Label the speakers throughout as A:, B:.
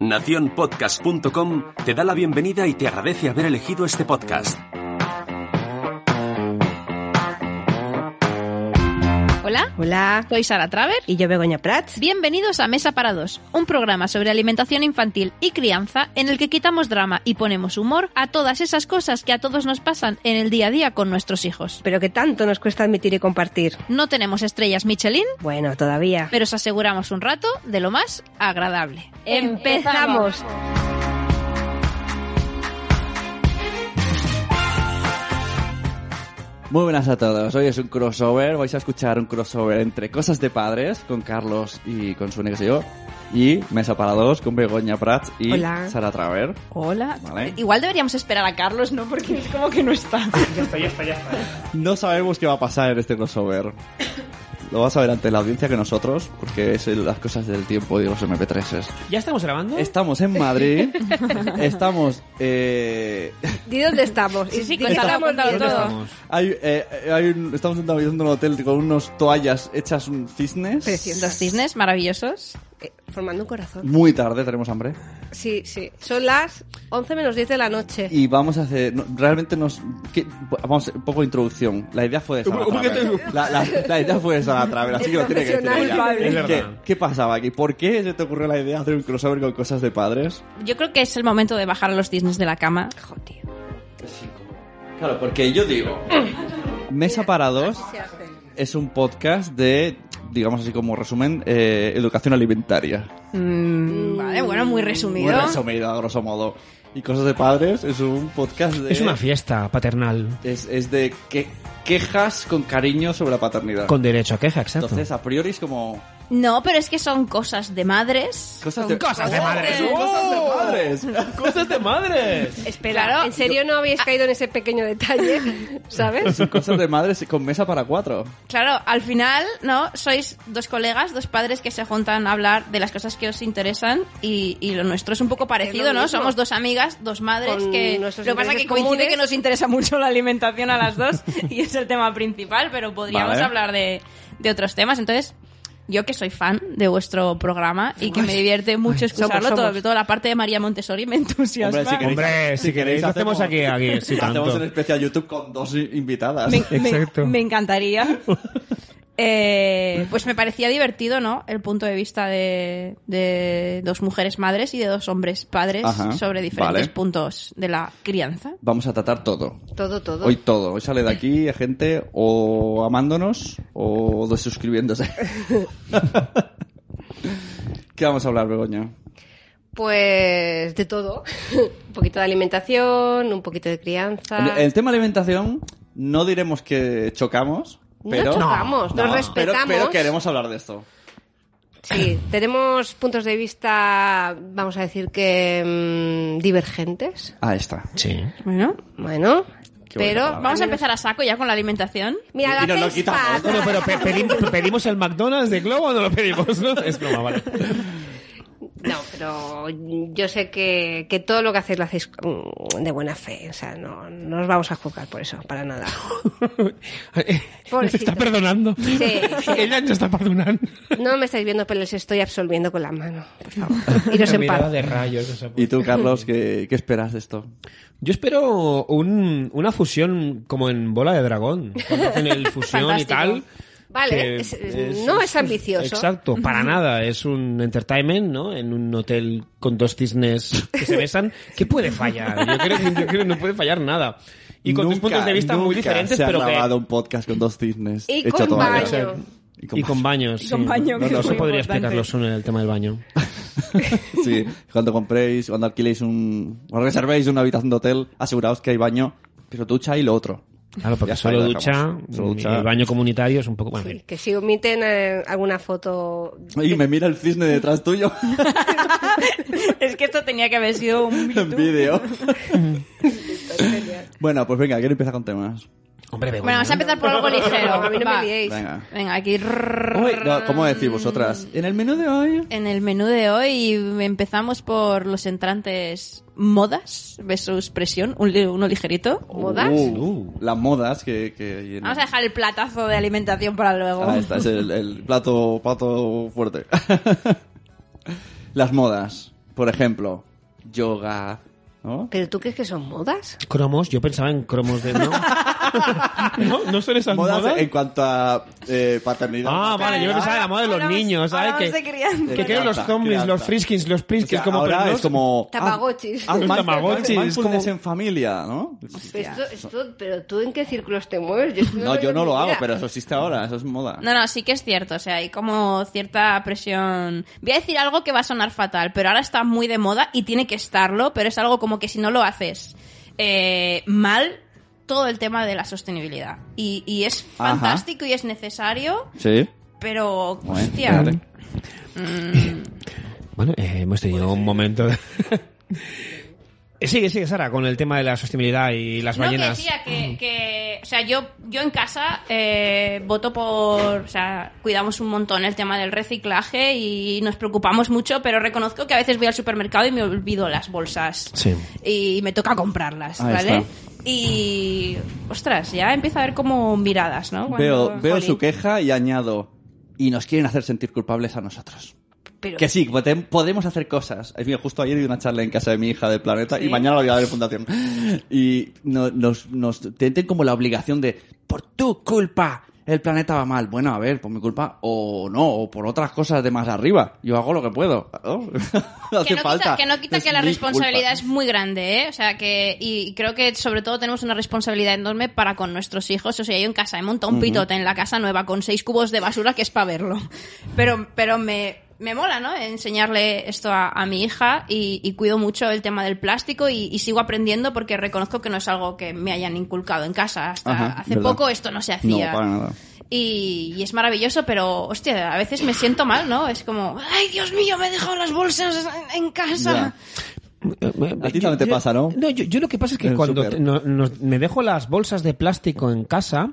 A: Nacionpodcast.com te da la bienvenida y te agradece haber elegido este podcast.
B: Hola,
C: Hola,
B: soy Sara Traver.
C: y yo Begoña Prats.
B: Bienvenidos a Mesa para Dos, un programa sobre alimentación infantil y crianza en el que quitamos drama y ponemos humor a todas esas cosas que a todos nos pasan en el día a día con nuestros hijos.
C: Pero que tanto nos cuesta admitir y compartir.
B: No tenemos estrellas Michelin,
C: Bueno, todavía.
B: pero os aseguramos un rato de lo más agradable.
C: ¡Empezamos!
D: Muy buenas a todos. Hoy es un crossover. Vais a escuchar un crossover entre Cosas de Padres con Carlos y con su ex y yo. Y Mesa para dos con Begoña Prats y
C: Hola.
D: Sara Traver.
B: Hola.
D: Vale.
B: Igual deberíamos esperar a Carlos, ¿no? Porque es como que no está.
D: No sabemos qué va a pasar en este crossover. Lo vas a ver ante la audiencia que nosotros, porque es el- las cosas del tiempo de los MP3s.
E: ¿Ya estamos grabando?
D: Estamos en Madrid. estamos. Eh,
C: ¿De dónde estamos?
B: Sí, sí,
C: ¿De qué
B: cuéntalo,
C: estamos
B: cuéntalo
C: viendo?
B: todo.
E: Estamos.
D: hay, eh, hay un- estamos en un hotel con unos toallas hechas un cisnes.
C: Precioso.
B: Los cisnes maravillosos.
C: Eh, formando un corazón.
D: Muy tarde, tenemos hambre.
C: Sí, sí. Son las 11 menos 10 de la noche.
D: Y vamos a hacer. no, realmente nos. ¿qué? vamos, un poco de introducción. La idea fue de Sara
E: Un poquito
D: Traver. La, la- la idea fue de Sara Traver, así que lo tiene que decir
C: profesional
D: ella.
C: culpable.
E: Es
D: ¿Qué,
E: verdad.
D: qué pasaba aquí? ¿Por qué se te ocurrió la idea de hacer un crossover con cosas de padres?
B: Yo creo que es el momento de bajar a los cisnes de la cama.
C: Joder.
D: Claro, porque yo digo. Mesa para dos
C: Se hace.
D: es un podcast de, digamos así como resumen, eh, educación alimentaria.
B: Mm, vale, bueno, muy resumido.
D: Muy resumido, a grosso modo. Y cosas de padres es un podcast de.
E: Es una fiesta paternal.
D: Es, es de que- quejas con cariño sobre la paternidad.
E: Con derecho a queja, exacto.
D: Entonces, a priori es como.
B: No, pero es que son cosas de madres.
D: Cosas ¡Oh!
E: Son cosas de madres.
D: Son cosas de madres.
E: ¡Cosas de madres!
C: Espera,
B: Claro,
C: ¿en serio no habéis caído en ese pequeño detalle? ¿Sabes?
D: Son cosas de madres con mesa para cuatro.
B: Claro, al final, ¿no? Sois dos colegas, dos padres que se juntan a hablar de las cosas que os interesan y, y lo nuestro es un poco parecido,
C: lo
B: ¿no?
C: mismo.
B: Somos dos amigas, dos madres
C: Con
B: que... Lo
C: nuestros
B: que pasa es que
C: intereses
B: coincide
C: comunes.
B: que nos interesa mucho la alimentación a las dos y es el tema principal, pero podríamos
D: Vale.
B: hablar de, de otros temas. Entonces, yo que soy fan de vuestro programa y que me divierte mucho escucharlo,
C: somos.
B: todo- toda la parte de María Montessori me entusiasma.
D: si queréis-
E: Hombre, si queréis, lo hacemos aquí, aquí, sí, tanto.
D: hacemos un especial YouTube con dos i- invitadas.
B: Me, me-
E: Exacto.
B: me encantaría. Eh, pues me parecía divertido, ¿no? El punto de vista de, de dos mujeres madres y de dos hombres padres
D: Ajá,
B: sobre diferentes
D: vale.
B: puntos de la crianza.
D: Vamos a tratar todo.
C: Todo, todo.
D: Hoy todo. Hoy sale de aquí gente o amándonos o desuscribiéndose. ¿Qué vamos a hablar, Begoña?
C: Pues de todo. un poquito de alimentación, un poquito de crianza.
D: El, el tema alimentación no diremos que chocamos, pero...
C: no chocamos,
D: No,
C: nos
D: pero,
C: respetamos.
D: pero queremos hablar de esto.
C: Sí, tenemos puntos de vista, vamos a decir que mm, divergentes.
D: Ah, Ahí está.
E: Sí.
B: Bueno,
C: Bueno,
D: Qué buena
C: pero
D: palabra.
B: vamos a empezar a saco ya con la alimentación.
C: Mira,
D: Y-
C: la
D: y nos lo
C: hacéis
D: quitamos.
C: fatal.
E: Bueno, pero pe- pedim- ¿pedimos el McDonald's de Globo o no lo pedimos? No, es broma, vale.
C: No, pero yo sé que, que todo lo que hacéis lo hacéis mm, de buena fe. O sea, no, no os vamos a juzgar por eso, para nada.
E: Me está perdonando.
C: Sí, sí.
E: Ella nos está perdonando.
C: No me estáis viendo, pero les estoy absolviendo con la mano, por favor. Iros en
E: Mirada
C: paz.
E: de rayos. o sea,
D: ¿Y tú, Carlos, qué, qué esperas de esto?
E: Yo espero un- una fusión como en Bola de Dragón. Cuando hacen el fusión
B: Fantástico.
E: y tal.
C: Vale,
E: que
C: es- no es ambicioso.
E: Exacto, para nada. Es un entertainment, ¿no? En un hotel con dos cisnes que se besan. ¿Qué puede fallar? Yo creo, yo creo que no puede fallar nada. Y con dos
D: Nunca,
E: puntos de vista muy
D: nunca
E: diferentes,
D: se ha
E: pero
D: grabado
E: que...
D: un podcast con dos cisnes.
C: Y
D: hecho
C: con
D: todavía.
C: baño.
D: Y
E: Y con baños.
B: Y con baño, que
E: No,
D: es muy
B: importante.
E: podría explicarlo solo en el tema del baño.
D: Sí, cuando compréis, cuando alquiléis un... o reservéis una habitación de hotel, aseguraos que hay baño, pero ducha y lo otro.
E: Claro, porque
D: Ya está,
E: solo
D: lo
E: ducha,
D: dejamos. Solo ducha.
E: y el baño comunitario es un poco... Bueno, en
C: Sí,
E: fin.
C: que si omiten eh, alguna foto...
D: Y me mira el cisne detrás tuyo.
B: es que esto esto tenía que haber sido un
D: En vídeo. bueno, pues venga, quiero empezar con temas.
E: Hombre, Begoña.
B: Bueno, vamos a empezar por algo ligero.
C: A mí no
B: va.
C: me liéis.
D: Venga.
B: Venga, aquí.
D: Uy, no, ¿Cómo decís vosotras? En el menú de hoy.
B: En el menú de hoy empezamos por los entrantes modas versus presión, un li- uno ligerito.
C: ¿Modas?
D: Uh, las modas que. que
B: Vamos a dejar el platazo de alimentación para luego.
D: Ahí está, Ah, es el, el plato, plato fuerte. las modas, por ejemplo, yoga. ¿no?
C: ¿Pero tú crees que son modas?
E: Cromos, yo pensaba en cromos de. ¿No? ¿No? ¿No son esas modas?
D: Modas en cuanto a eh, paternidad.
E: Ah, vale, yo pensaba en la moda de los
B: Ahora vamos-
E: niños, ¿sabes?
B: ahora
E: Que,
B: vamos de crianza.
E: que creen los
D: Crianza,
E: zombies, los
D: crianza.
E: friskins, los
D: O
E: priskins,
D: sea,
E: como
D: ahora
E: perros.
D: es como.
C: Tamagotchis.
D: haz- haz
E: Los
D: mindful-
E: tamagotchis, es
D: mindfulness
E: como-
D: en familia, ¿no?
C: Pero esto- esto- pero tú en qué círculos te mueves? Yo esto
D: No, yo no
C: ni
D: lo hago,
C: idea.
D: pero eso existe ahora, eso es moda.
B: No, no, sí que es cierto. O sea, hay como cierta presión. Voy a decir algo que va a sonar fatal, pero ahora está muy de moda y tiene que estarlo, pero es algo como que si no lo haces eh, mal, todo el tema de la sostenibilidad. Y, y es
D: Ajá.
B: fantástico y es necesario,
D: Sí.
B: pero.
D: Bueno,
B: hostia.
D: vale.
E: Bueno, eh, hemos tenido un momento de... Eh, sigue, sigue, Sara, con el tema de la sostenibilidad y las
B: No, que
E: ballenas.
B: decía que, que- o sea, yo, yo en casa eh, voto por, o sea, cuidamos un montón el tema del reciclaje y nos preocupamos mucho, pero reconozco que a veces voy al supermercado y me olvido las bolsas
E: Sí.
B: y me toca comprarlas,
D: Ahí
B: ¿vale?
D: está.
B: Y, ostras, ya empieza a haber como miradas, ¿no? Cuando-
D: Veo, veo
B: jolín.
D: su queja y añado. Y nos quieren hacer sentir culpables a nosotros.
C: Pero-
D: Que sí, pote- podemos hacer cosas. Es bien, justo ayer di una charla en casa de mi hija del planeta y mañana la voy a dar en fundación. Y no- nos, nos tienen como la obligación de, por tu culpa, el planeta va mal. Bueno, a ver, por mi culpa o no, o por otras cosas de más arriba. Yo hago lo que puedo. Oh, no
B: que
D: hace
B: no
D: falta.
B: Quita, que no quita
D: Es
B: que la
D: mi
B: responsabilidad es
D: culpa.
B: muy grande, ¿eh? O sea, que. Y creo que sobre todo tenemos una responsabilidad enorme para con nuestros hijos. O sea, yo en casa he montado un pitote en la casa nueva con seis cubos de basura que es para verlo. Pero, pero me. Me mola, ¿no? Enseñarle esto a, a mi hija y, y cuido mucho el tema del plástico y, y sigo aprendiendo porque reconozco que no es algo que me hayan inculcado en casa. Hasta
D: Ajá,
B: hace
D: verdad.
B: poco esto no se
D: No,
B: hacía.
D: para nada.
B: Y, y es maravilloso, pero hostia, a veces me siento mal, ¿no? Es como, ay, Dios mío, me he dejado las bolsas en, en casa.
D: A ti también te pasa, ¿no?
E: No, yo, yo lo que pasa es que
D: El
E: cuando
D: súper.
E: te- no- nos- me dejo las bolsas de plástico en casa,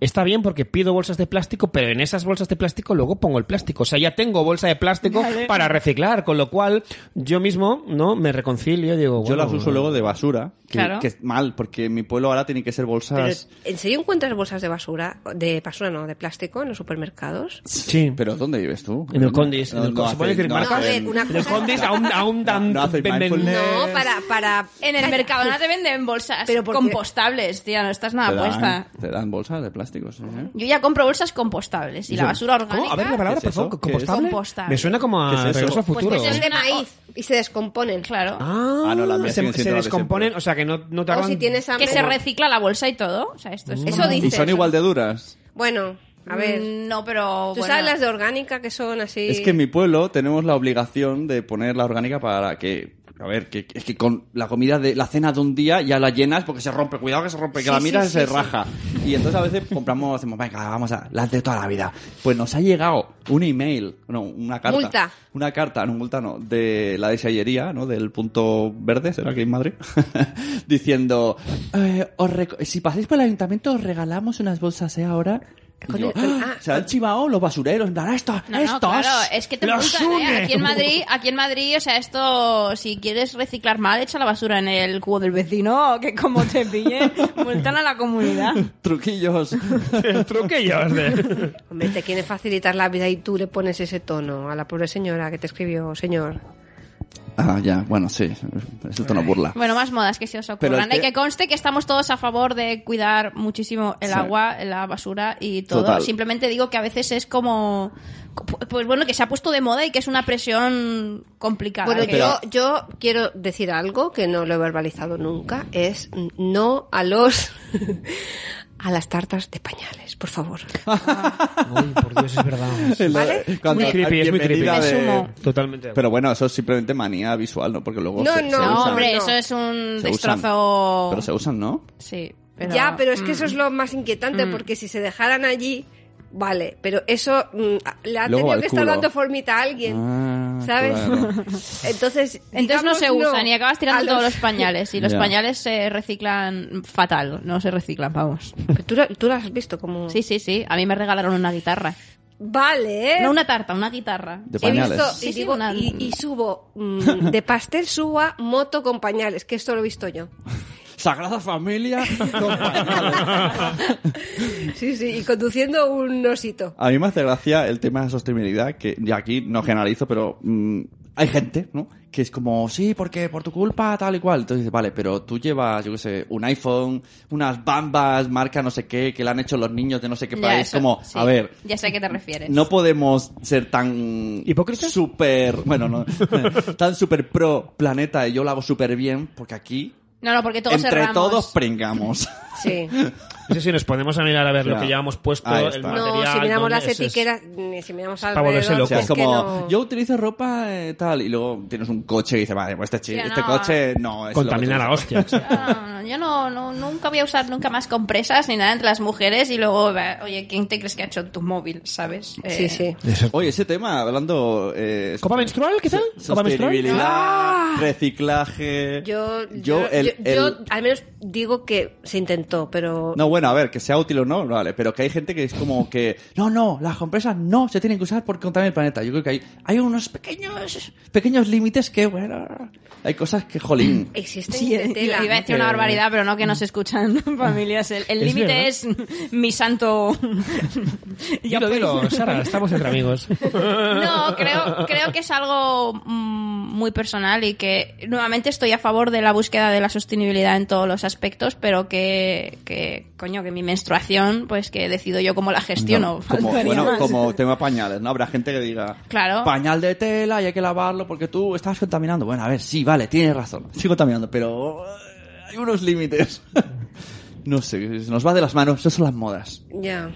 E: está bien porque pido bolsas de plástico, pero en esas bolsas de plástico luego pongo el plástico. O sea, ya tengo bolsa de plástico para reciclar, con lo cual yo mismo no me reconcilio, digo,
D: Yo
E: bueno,
D: las uso luego de basura. Que,
B: Claro.
D: que es mal, porque en mi pueblo ahora tiene que ser
C: Pero,
D: bolsas.
C: ¿En serio encuentras bolsas de basura? De basura no, de plástico en los supermercados.
E: Sí.
D: Pero, ¿dónde vives tú?
E: En el Condis, en el Condis. ¿Se puede decir marcas?
C: No, a ver, una
E: Pero
C: cosa-
E: Condis aún, aún dan...
D: No hace
E: venden-
D: mindfulness.
C: No, para, para.
B: En el mercado no te venden bolsas
C: Pero porque-
B: compostables, tía, no estás
D: Te
B: nada
D: dan,
B: puesta.
D: te dan bolsas de plástico, sí, ¿eh?
B: Yo ya compro bolsas compostables y la basura orgánica.
E: ¿Cómo? A ver la palabra,
D: ¿Qué es
E: por favor,
D: eso? ¿Qué es?
E: compostable.
B: Compostable.
E: Me suena como
D: ¿Qué es
E: a
D: eso?
E: Regreso al
D: Pues
E: Futuro.
B: que
C: Es
B: es
C: de
B: una-
C: este maíz y se descomponen.
B: Claro.
E: Ah,
D: Ah, no, la mía
E: se,
D: siguen
E: se
D: siendo las de
E: descomponen,
D: siempre.
E: o sea que no, no
C: O
E: tardan...
C: si tienes hambre.
B: que se recicla la bolsa y todo. O sea, esto
E: Mm.
B: es
C: Eso
B: como-
C: dice.
D: ¿Y son igual de duras?
C: Bueno, a ver.
B: Mm, No, pero.
C: ¿Tú
B: bueno.
C: sabes las de orgánica que son así?
D: Es que en mi pueblo tenemos la obligación de poner la orgánica para que... A ver, que, es que con la comida de la cena de un día ya la llenas porque se rompe, cuidado que se rompe, que la miras y se raja. Y entonces a veces compramos, hacemos, venga, vamos a las de toda la vida. Pues nos ha llegado un email, no, una carta.
C: Multa.
D: Una carta, no multa, no, de la desayería, ¿no? Del punto verde, será que en Madrid, diciendo, eh, os reco- si pasáis por el ayuntamiento os regalamos unas bolsas, ¿eh? Ahora. Y
C: Con
D: yo,
C: el- con-
D: "Ah,
C: ah,
D: se han chivado los basureros, en plan, "Ah, esto,
B: No,
D: estos
B: no, claro, es que te
E: los
B: multan, ¿eh?
E: une.
B: Aquí en Madrid, aquí en Madrid, o sea, esto, si quieres reciclar mal, echa la basura en el cubo del vecino, que como te pillen, multan a la comunidad.
D: truquillos.
E: truquillos de...
C: Hombre, te quiere facilitar la vida y tú le pones ese tono a la pobre señora que te escribió, señor.
D: ah, ya, bueno, sí, es el tono burla.
B: Bueno, más modas que se os
D: Pero
B: ocurran.
D: el te-
B: Y que conste que estamos todos a favor de cuidar muchísimo el
D: Sí.
B: agua, la basura y todo.
D: Total.
B: Simplemente digo que a veces es como... Pues bueno, que se ha puesto de moda y que es una presión complicada.
C: Bueno,
B: que-
C: yo, yo quiero decir algo que no lo he verbalizado nunca, es no a los a las tartas de pañales, por favor.
E: Uy, por Dios, es verdad.
C: ¿Vale?
D: Cuando-
E: Muy creepy, es muy creepy.
D: bienvenida
B: Me
D: de-
B: sumo.
E: Totalmente. de
D: Pero bueno, eso es simplemente manía visual, ¿no? Porque luego
C: No,
D: se- se
C: no,
B: No,
D: usan.
B: hombre,
C: no.
B: eso es un
D: Se
B: destrozo...
D: usan. Pero mm. se usan, ¿no?
B: Sí, pero... mm.
C: Mm. ya, pero es que eso es lo más inquietante, porque si se dejaran allí, Vale, pero eso mm, le ha
D: Luego
C: tenido
D: va al
C: que estar
D: culo.
C: dando formita a alguien,
D: Ah,
C: ¿sabes?
D: claro.
C: Entonces,
B: Entonces no
C: digamos,
B: se usan y acabas tirando
C: A
B: todos los pañales. Y los
D: Ya.
B: pañales se reciclan fatal, no se reciclan, vamos.
C: ¿Tú, lo- tú lo has visto como...
B: Sí, sí, sí. A mí me regalaron una guitarra.
C: Vale, ¿eh?
B: No una tarta, una guitarra.
D: De
C: He
D: pañales.
C: visto,
B: Sí,
C: y,
B: sí,
C: digo,
B: una-
C: y, y subo mm, de pastel, subo a moto con pañales, que esto lo he visto yo.
D: Sagrada Familia con pañales.
C: Sí, sí, y conduciendo un osito.
D: A mí me hace gracia el tema de sostenibilidad, que ya aquí no generalizo, pero mm, hay gente, ¿no? Que es como, sí, porque por tu culpa, tal y cual. Entonces dices, vale, pero tú llevas, yo qué sé, un iPhone, unas bambas, marca no sé qué, que le han hecho los niños de no sé qué
B: Ya,
D: país.
B: eso,
D: como,
B: sí.
D: a ver,
B: Ya sé a qué te refieres.
D: no podemos ser tan
E: ¿Hipócritas?
D: super bueno no tan super pro planeta y yo lo hago súper bien porque aquí
B: no, no, porque todos
D: entre
B: erramos.
D: todos pringamos
C: Sí.
E: Sí, sí, nos ponemos a mirar a ver lo
D: Ya.
E: que llevamos puesto,
D: Ahí
E: el
D: está.
C: No,
E: material...
C: si miramos
E: dónde-
C: las
E: es- es-
C: etiquetas, ni si miramos
E: para volverse
C: alrededor,
D: O
E: loco.
D: sea,
C: es
D: es como,
C: que no...
D: yo utilizo ropa eh, tal, y luego tienes un coche y dices, vale, pues este, chi-
B: Ya,
D: este
B: no.
D: coche no es...
E: Contamina
D: lo
E: la
D: que
E: hostia.
B: Ah, yo no, no, nunca voy a usar nunca más compresas ni nada entre las mujeres y luego, va, oye, ¿quién te crees que ha hecho tu móvil, sabes? Eh,
C: Sí, sí.
D: tú- Oye, ese tema, hablando... eh,
E: ¿Copa menstrual, qué tal? ¿Copa menstrual? ¡Ah!
D: Sostenibilidad, reciclaje...
C: Yo,
D: Yo,
C: yo,
D: el-
C: yo- yo
D: el-
C: al menos digo que se intentó, pero
D: No, bueno, a ver, que sea útil o no, vale, pero que hay gente que es como que, no, no, las compresas no se tienen que usar por contaminar el planeta. Yo creo que hay, hay unos pequeños, pequeños límites que, bueno, hay cosas que, jolín.
C: existen
B: Sí,
C: de
B: yo
C: tela.
B: iba a decir Mm. una barbaridad, pero no que nos escuchan familias. El- El
E: Es
B: límite
E: verdad.
B: es, mi santo.
E: Dilo, dilo, Sara, estamos entre amigos.
B: No, creo, creo que es algo mm, muy personal y que nuevamente estoy a favor de la búsqueda de la sostenibilidad en todos los aspectos, pero que, que coño, que mi menstruación, pues que decido yo cómo la gestiono.
D: No, como,
B: Faltaría
D: bueno,
B: más.
D: como tema pañales, ¿no? Habrá gente que diga,
B: Claro.
D: pañal de tela y hay que lavarlo porque tú estás contaminando. Bueno, a ver, sí, vale, tienes razón. Sigo contaminando, pero eh, hay unos límites. no sé, se nos va de las manos, eso son las modas.
C: Ya.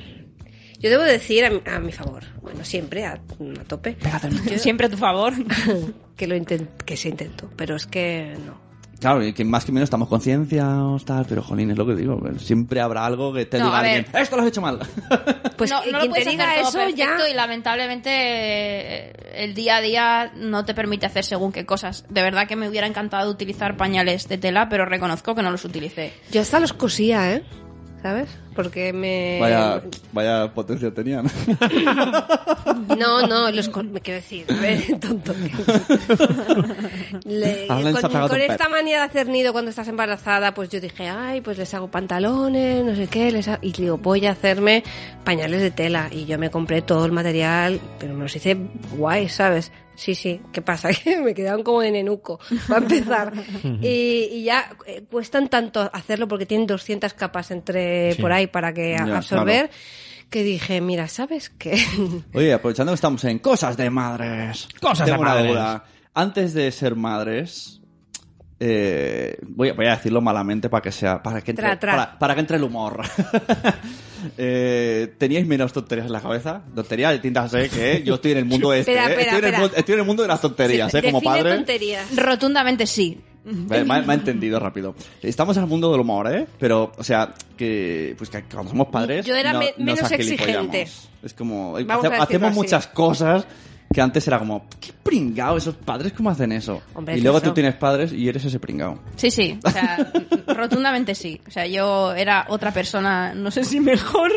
C: Yo debo decir a mi, a mi favor, bueno, siempre a, a tope, yo-
B: Siempre a tu favor.
C: que lo inten- que se intentó, pero es que no.
D: Claro, y que más que menos estamos concienciados, tal, pero jolín, es lo que digo. que Siempre habrá algo que te
B: No,
D: diga
B: a ver.
D: alguien, esto lo has hecho mal.
C: Pues
B: no,
C: que
B: no lo
C: quien te
B: puedes
C: diga
B: hacer todo
C: eso ya.
B: perfecto y lamentablemente eh, el día a día no te permite hacer según qué cosas. De verdad que me hubiera encantado utilizar pañales de tela, pero reconozco que no los utilicé.
C: Yo hasta los cosía, ¿eh? ¿Sabes? Porque
B: Eh,
C: me.
D: vaya, vaya potencia tenían.
C: No, no, los co- me quiero decir, eh, tonto. Le-
D: Habla en
C: con,
D: zapagado
C: con
D: con
C: esta
D: per.
C: manía de hacer nido cuando estás embarazada, pues yo dije, ay, pues les hago pantalones, no sé qué, les ha- y digo, voy a hacerme pañales de tela. Y yo me compré todo el material, pero me los hice guay, ¿sabes? Sí, sí, ¿qué pasa? Que me quedaron como de nenuco, para empezar. y, y ya eh, cuestan tanto hacerlo porque tienen 200 capas entre por ahí para que a-
D: Ya,
C: absorber, que dije, mira, ¿sabes qué?
D: Oye, aprovechando que estamos en cosas de madres.
E: Cosas de
D: Tengo una
E: madres.
D: duda. Antes de ser madres, eh, voy, a- voy a decirlo malamente para que sea, para que entre,
C: Tra, tra.
D: Para, para que entre el humor. Eh, ¿Teníais menos tonterías en la cabeza? Tonterías distintas, ¿eh? Que yo estoy en el mundo este.
C: Espera, espera,
D: ¿eh? estoy, en el,
C: espera.
D: mu- estoy en el mundo de las tonterías, ¿eh? Como
C: Define
D: padre.
C: tonterías.
B: Rotundamente sí.
D: Vale, Me, ha- me ha entendido rápido. Estamos en el mundo del humor, ¿eh? Pero, o sea, que, pues que cuando somos padres.
C: Yo era
D: no-
C: me-
D: nos
C: menos
D: agilipollamos.
C: exigente.
D: Es como. eh,
C: Vamos
D: hace-
C: a decirlo
D: hacemos
C: así.
D: muchas cosas que antes era como. ¡Qué pringao! Esos padres, ¿cómo hacen eso?
C: Hombre,
D: y
C: es
D: luego
C: eso.
D: tú tienes padres y eres ese pringao.
B: Sí, sí, o sea, rotundamente sí. O sea, yo era otra persona, no sé si mejor,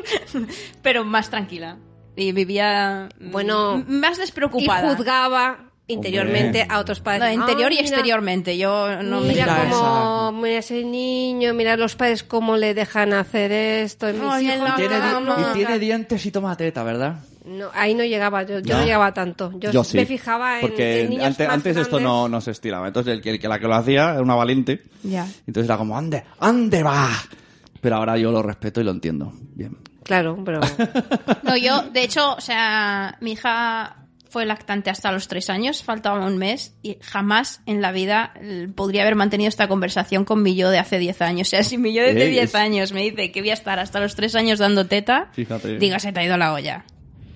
B: pero más tranquila. Y vivía mm,
C: Bueno,
B: más despreocupada.
C: Y juzgaba interiormente
D: Hombre.
C: a otros padres.
B: No, interior
C: Ah,
B: y
C: mira,
B: exteriormente. Yo no me
C: mira
D: digas.
C: cómo, mira ese niño, mira los padres cómo le dejan hacer esto. mis
B: Ay,
C: hijos,
B: en la
D: tiene, di-
B: no, no,
D: y tiene dientes y toma teta, ¿verdad?
C: no, ahí no llegaba yo, yo no,
D: No.
C: llegaba tanto. Yo, me fijaba en,
D: Porque
C: en niños
D: ante-
C: más
D: antes esto
C: grandes.
D: no, no se estiraba. Entonces, el, que- el que la que lo hacía era una valiente.
B: Ya.
D: Entonces era como, ¡ande! ¡ande va! Pero ahora yo lo respeto y lo entiendo. Bien.
C: Claro, pero
B: No, yo, de hecho, o sea, mi hija fue lactante hasta los tres años, faltaba un mes, y jamás en la vida eh, podría haber mantenido esta conversación con mi yo de hace 10 años. O sea, si mi yo de hace
D: Eh,
B: 10
D: es-
B: años me dice que voy a estar hasta los tres años dando teta,
D: Fíjate.
B: diga, se te ha ido la olla.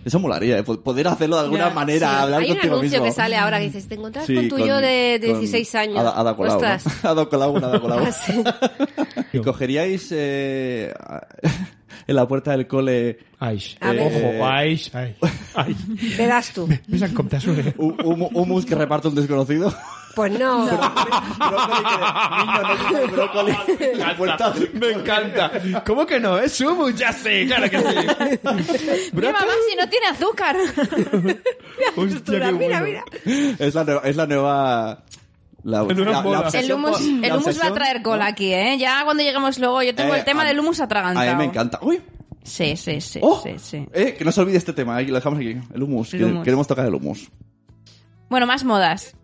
D: Eso molaría, ¿eh? Po- poder hacerlo de alguna
B: Ya,
D: manera, hablar
C: hay un
D: contigo
C: anuncio
D: mismo.
C: que sale ahora que dices, te encontrás
D: Sí,
C: con tu yo de
D: con
C: 16 años.
D: Ada, Ada Colau, ¿no?
C: Ostras.
D: Ada Colau, una Ada Colau.
C: Ah, sí.
D: ¿Y cogeríais eh, en la puerta del cole
E: Ay,
C: A ver.
E: ojo, ay, ay, ay.
C: Verás tú.
E: Mira com t'assure.
D: hu- humu- humus que reparte un desconocido.
C: Pues no.
D: Brócoli que- niño, no, brócoli. En la puerta del
E: Me encanta. ¿Cómo que no? Es humo, ya sé, claro que sí.
B: Mi mamá si no tiene azúcar.
E: Hostia, qué
C: mira,
E: bueno.
C: mira.
D: Es la, nueva- es la nueva. La,
E: En una
D: la- la
E: moda.
B: El
D: obsesión
B: humus,
D: por-
B: el
D: la
B: humus va a
D: obsesión-
B: traer cola aquí, ¿eh? Ya cuando lleguemos luego, yo tengo
D: Eh,
B: el tema
D: a-
B: del humus atragantado.
D: A mí me encanta. ¡Uy!
B: Sí, sí, sí,
D: ¡Oh!
B: sí, sí.
D: Eh, que no se olvide este tema. ahí lo dejamos aquí. El humus.
B: El
D: que-
B: humus.
D: Queremos tocar el humus.
B: Bueno, más modas.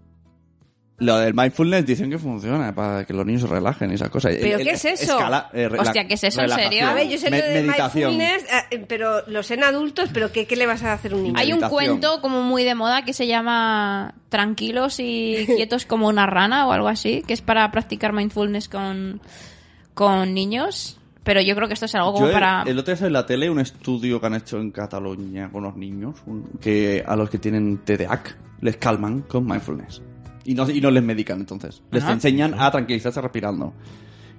D: Lo del mindfulness dicen que funciona para que los niños se relajen y esas cosas.
C: ¿Pero qué es eso?
D: escala, eh, re-
B: Hostia,
D: la-
B: ¿qué es eso? ¿En
D: relajación,
B: serio?
C: A ver, yo sé
D: me-
C: lo de
D: meditación.
C: mindfulness, eh, pero lo sé en adultos, pero ¿qué, qué le vas a hacer a un niño?
B: Hay un
D: Meditación.
B: cuento como muy de moda que se llama Tranquilos y quietos como una rana o algo así, que es para practicar mindfulness con, con niños. Pero yo creo que esto es algo como
D: Yo el-
B: para...
D: el, otro día salió en la tele un estudio que han hecho en Cataluña con los niños un- que a los que tienen TDAH les calman con mindfulness y no, y no les medican entonces les
E: Ajá.
D: enseñan a tranquilizarse respirando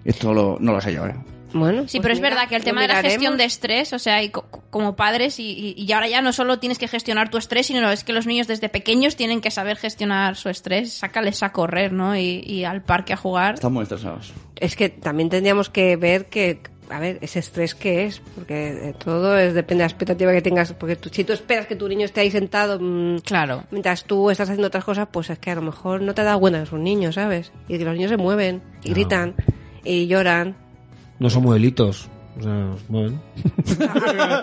D: esto lo- no lo sé yo ¿eh?
C: Bueno,
B: Sí,
C: pues
B: pero es
C: mira,
B: verdad que el
C: lo
B: tema de la
C: miraremos.
B: gestión de estrés, o sea, y co- como padres, y, y- y ahora ya no solo tienes que gestionar tu estrés, sino es que los niños desde pequeños tienen que saber gestionar su estrés, sácales a correr, ¿no? Y, y al parque a jugar.
D: están muy estresados
C: Es que también tendríamos que ver que, a ver, ese estrés que es, porque eh, todo es, depende de la expectativa que tengas, porque tú- si tú esperas que tu niño esté ahí sentado mm,
B: Claro.
C: mientras tú estás haciendo otras cosas, pues es que a lo mejor no te da buenas un niño, ¿sabes? Y que los niños se mueven, y
E: No.
C: gritan, y lloran.
E: No son muelitos. O sea, bueno.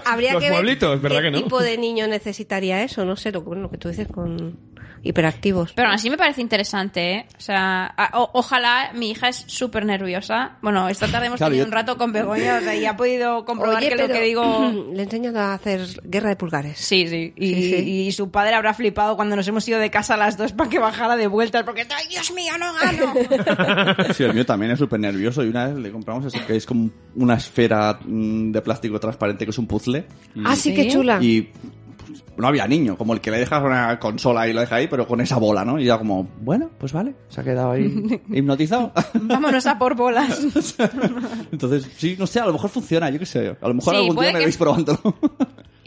C: Habría
E: Los
C: que ver
E: mueblitos, ¿verdad
C: qué
E: que no?
C: tipo de niño necesitaría eso, no sé, lo, bueno, lo que tú dices con hiperactivos.
B: Pero aún así me parece interesante, ¿eh? O sea, a- o- ojalá mi hija es súper nerviosa. Bueno, esta tarde hemos
D: Claro,
B: tenido
D: yo-
B: un rato con Begoña o sea, y ha podido comprobar
C: Oye,
B: que lo
C: pero
B: que digo...
C: le enseñan a hacer guerra de pulgares.
B: Sí, sí. Y,
C: Sí, sí.
B: y su padre habrá flipado cuando nos hemos ido de casa a las dos para que bajara de vueltas porque, ¡ay, Dios mío, no gano!
D: Sí, el mío también es súper nervioso y una vez le compramos eso que es como una esfera mm, de plástico transparente que es un puzzle Y-
C: Ah, sí, qué
B: Sí.
C: chula.
D: Y pues, no había niño, como el que le dejas una consola y lo deja ahí, pero con esa bola, ¿no? Y ya como, bueno, pues vale, se ha quedado ahí hipnotizado.
B: Vámonos a por bolas.
D: Entonces, sí, no sé, a lo mejor funciona, yo qué sé. A lo mejor
B: Sí,
D: algún
B: puede
D: día me
B: que-
D: veis probándolo.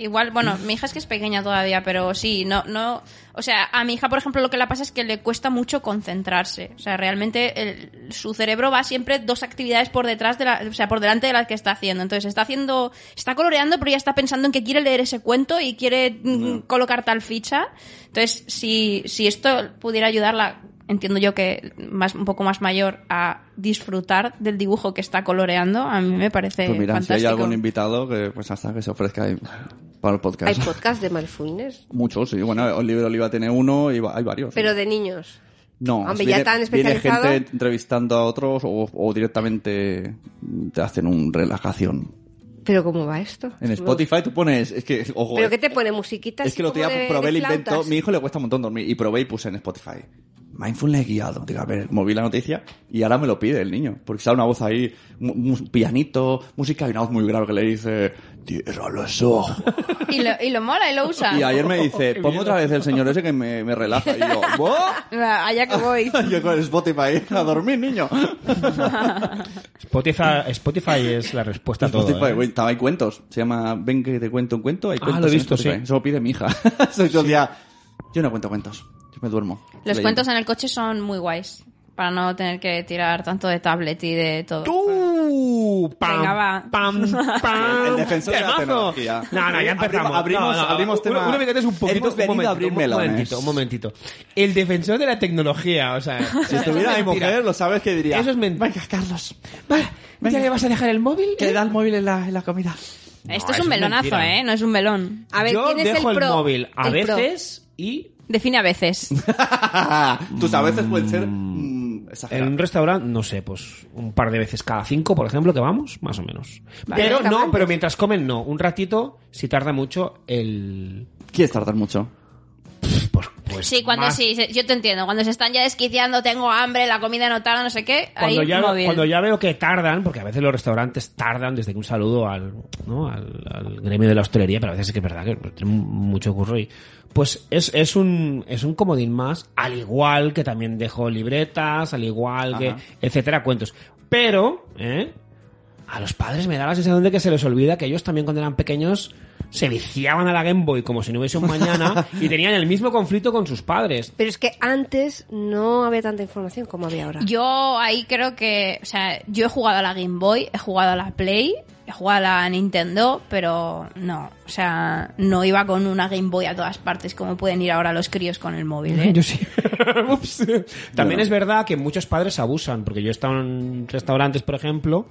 B: Igual, bueno, mi hija es que es pequeña todavía, pero sí, no, no. O sea, a mi hija, por ejemplo, lo que le pasa es que le cuesta mucho concentrarse. O sea, realmente el- su cerebro va siempre dos actividades por detrás de la, o sea, por delante de las que está haciendo. Entonces está haciendo, está coloreando, pero ya está pensando en que quiere leer ese cuento y quiere mm, colocar tal ficha. Entonces, si, si esto pudiera ayudarla, entiendo yo que más, un poco más mayor, a disfrutar del dibujo que está coloreando, a mí me parece
D: pues mira, si hay
B: Eh, fantástico.
D: algún invitado, que, pues hasta que se ofrezca ahí para el
C: Hay
D: podcast.
C: podcast de mindfulness,
D: Muchos, sí. Bueno, Oliver Oliva tiene uno y va- hay varios.
C: pero de niños.
D: no,
C: hombre,
D: viene,
C: ya tan
D: viene
C: especializado.
D: gente entrevistando a otros o, o directamente te hacen un relajación.
C: ¿Pero cómo va esto?
D: En Spotify tú pones, es que, ojo,
C: Pues, ¿Pero
D: eh,
C: qué te pone? ¿Musiquita?
D: Es que lo día probé el invento. Mi hijo le cuesta un montón dormir. Y probé y puse en Spotify. Mindfulness guiado. Digo, a ver, moví la noticia y ahora me lo pide el niño. Porque sale una voz ahí, mu- mu- pianito, música y una voz muy grave que le dice, tierra los ojos.
B: Y lo, y lo mola y lo usa.
D: Y ayer me dice, ponme otra vez el señor ese que me, me relaja. Y yo, "¿What?".
B: Ah, Allá que voy.
D: Yo con el Spotify, a dormir, niño.
E: Spotify, Spotify es la respuesta a todo.
D: Spotify,
E: ¿eh?
D: güey, estaba- hay cuentos. Se llama Ven que te cuento un cuento. Hay
E: Ah,
D: cuentos
E: lo he
D: en
E: visto,
D: Spotify.
E: sí.
D: Eso lo pide mi hija. Soy yo ya, yo no cuento cuentos. Yo me duermo.
B: Los
D: leyendo.
B: cuentos en el coche son muy guays. Para no tener que tirar tanto de tablet y de todo.
E: ¡Tú! ¡Pam!
B: Venga, va.
E: ¡Pam! ¡Pam!
D: El defensor de la
E: ¡Temazo!
D: tecnología.
E: No, no, ya empezamos.
D: Abrimos-
E: No, no, no.
D: abrimos tema.
E: Una, una vez que un poquito,
D: Hemos
E: un
D: venido
E: momentito,
D: a abrir
E: un
D: melones.
E: momentito, un momentito. El defensor de la tecnología, o sea...
D: Si estuviera mi mujer, lo sabes que diría.
E: Eso es mentira. Venga, Carlos. Vale,
D: Venga.
E: vas a dejar el móvil? ¿eh?
D: Que le da el móvil en la, en la comida.
B: Esto es
E: eso
B: un
E: es
B: melonazo,
E: mentira.
B: ¿eh? No es un melón.
C: A ver,
E: Yo
C: ¿quién es
E: dejo
C: el
E: el,
C: pro?
E: móvil a
C: El pro.
E: veces y...
B: Define a veces.
D: Tus a veces pueden ser mm,
E: En
D: exageradas.
E: un restaurante, no sé, pues un par de veces cada cinco, por ejemplo, que vamos, más o menos. pero
C: está
E: no,
C: mal.
E: pero mientras comen, no. Un ratito, si tarda mucho, el...
D: Quieres tardar mucho.
E: Pues, pues
B: Sí, cuando
E: más-
B: sí, se- yo te entiendo. Cuando se están ya desquiciando, tengo hambre, la comida no tarda, no sé qué.
E: Cuando
B: ahí
E: ya,
B: móvil.
E: cuando ya veo que tardan, porque a veces los restaurantes tardan desde que un saludo al, ¿no? al, al gremio de la hostelería, pero a veces sí que es verdad que tiene mucho curro y pues es, es un es un comodín más, al igual que también dejo libretas, al igual que,
D: Ajá.
E: etcétera, cuentos. Pero, ¿eh? a los padres me da la sensación de que se les olvida que ellos también cuando eran pequeños se viciaban a la Game Boy como si no hubiese un mañana y tenían el mismo conflicto con sus padres.
C: Pero es que antes no había tanta información como había ahora.
B: Yo ahí creo que, o sea, yo he jugado a la Game Boy, he jugado a la Play, he jugado a la Nintendo, pero no, o sea, no iba con una Game Boy a todas partes como pueden ir ahora los críos con el móvil, ¿eh?
E: Yo sí. Ups. También es verdad que muchos padres abusan, porque yo he estado en restaurantes, por ejemplo,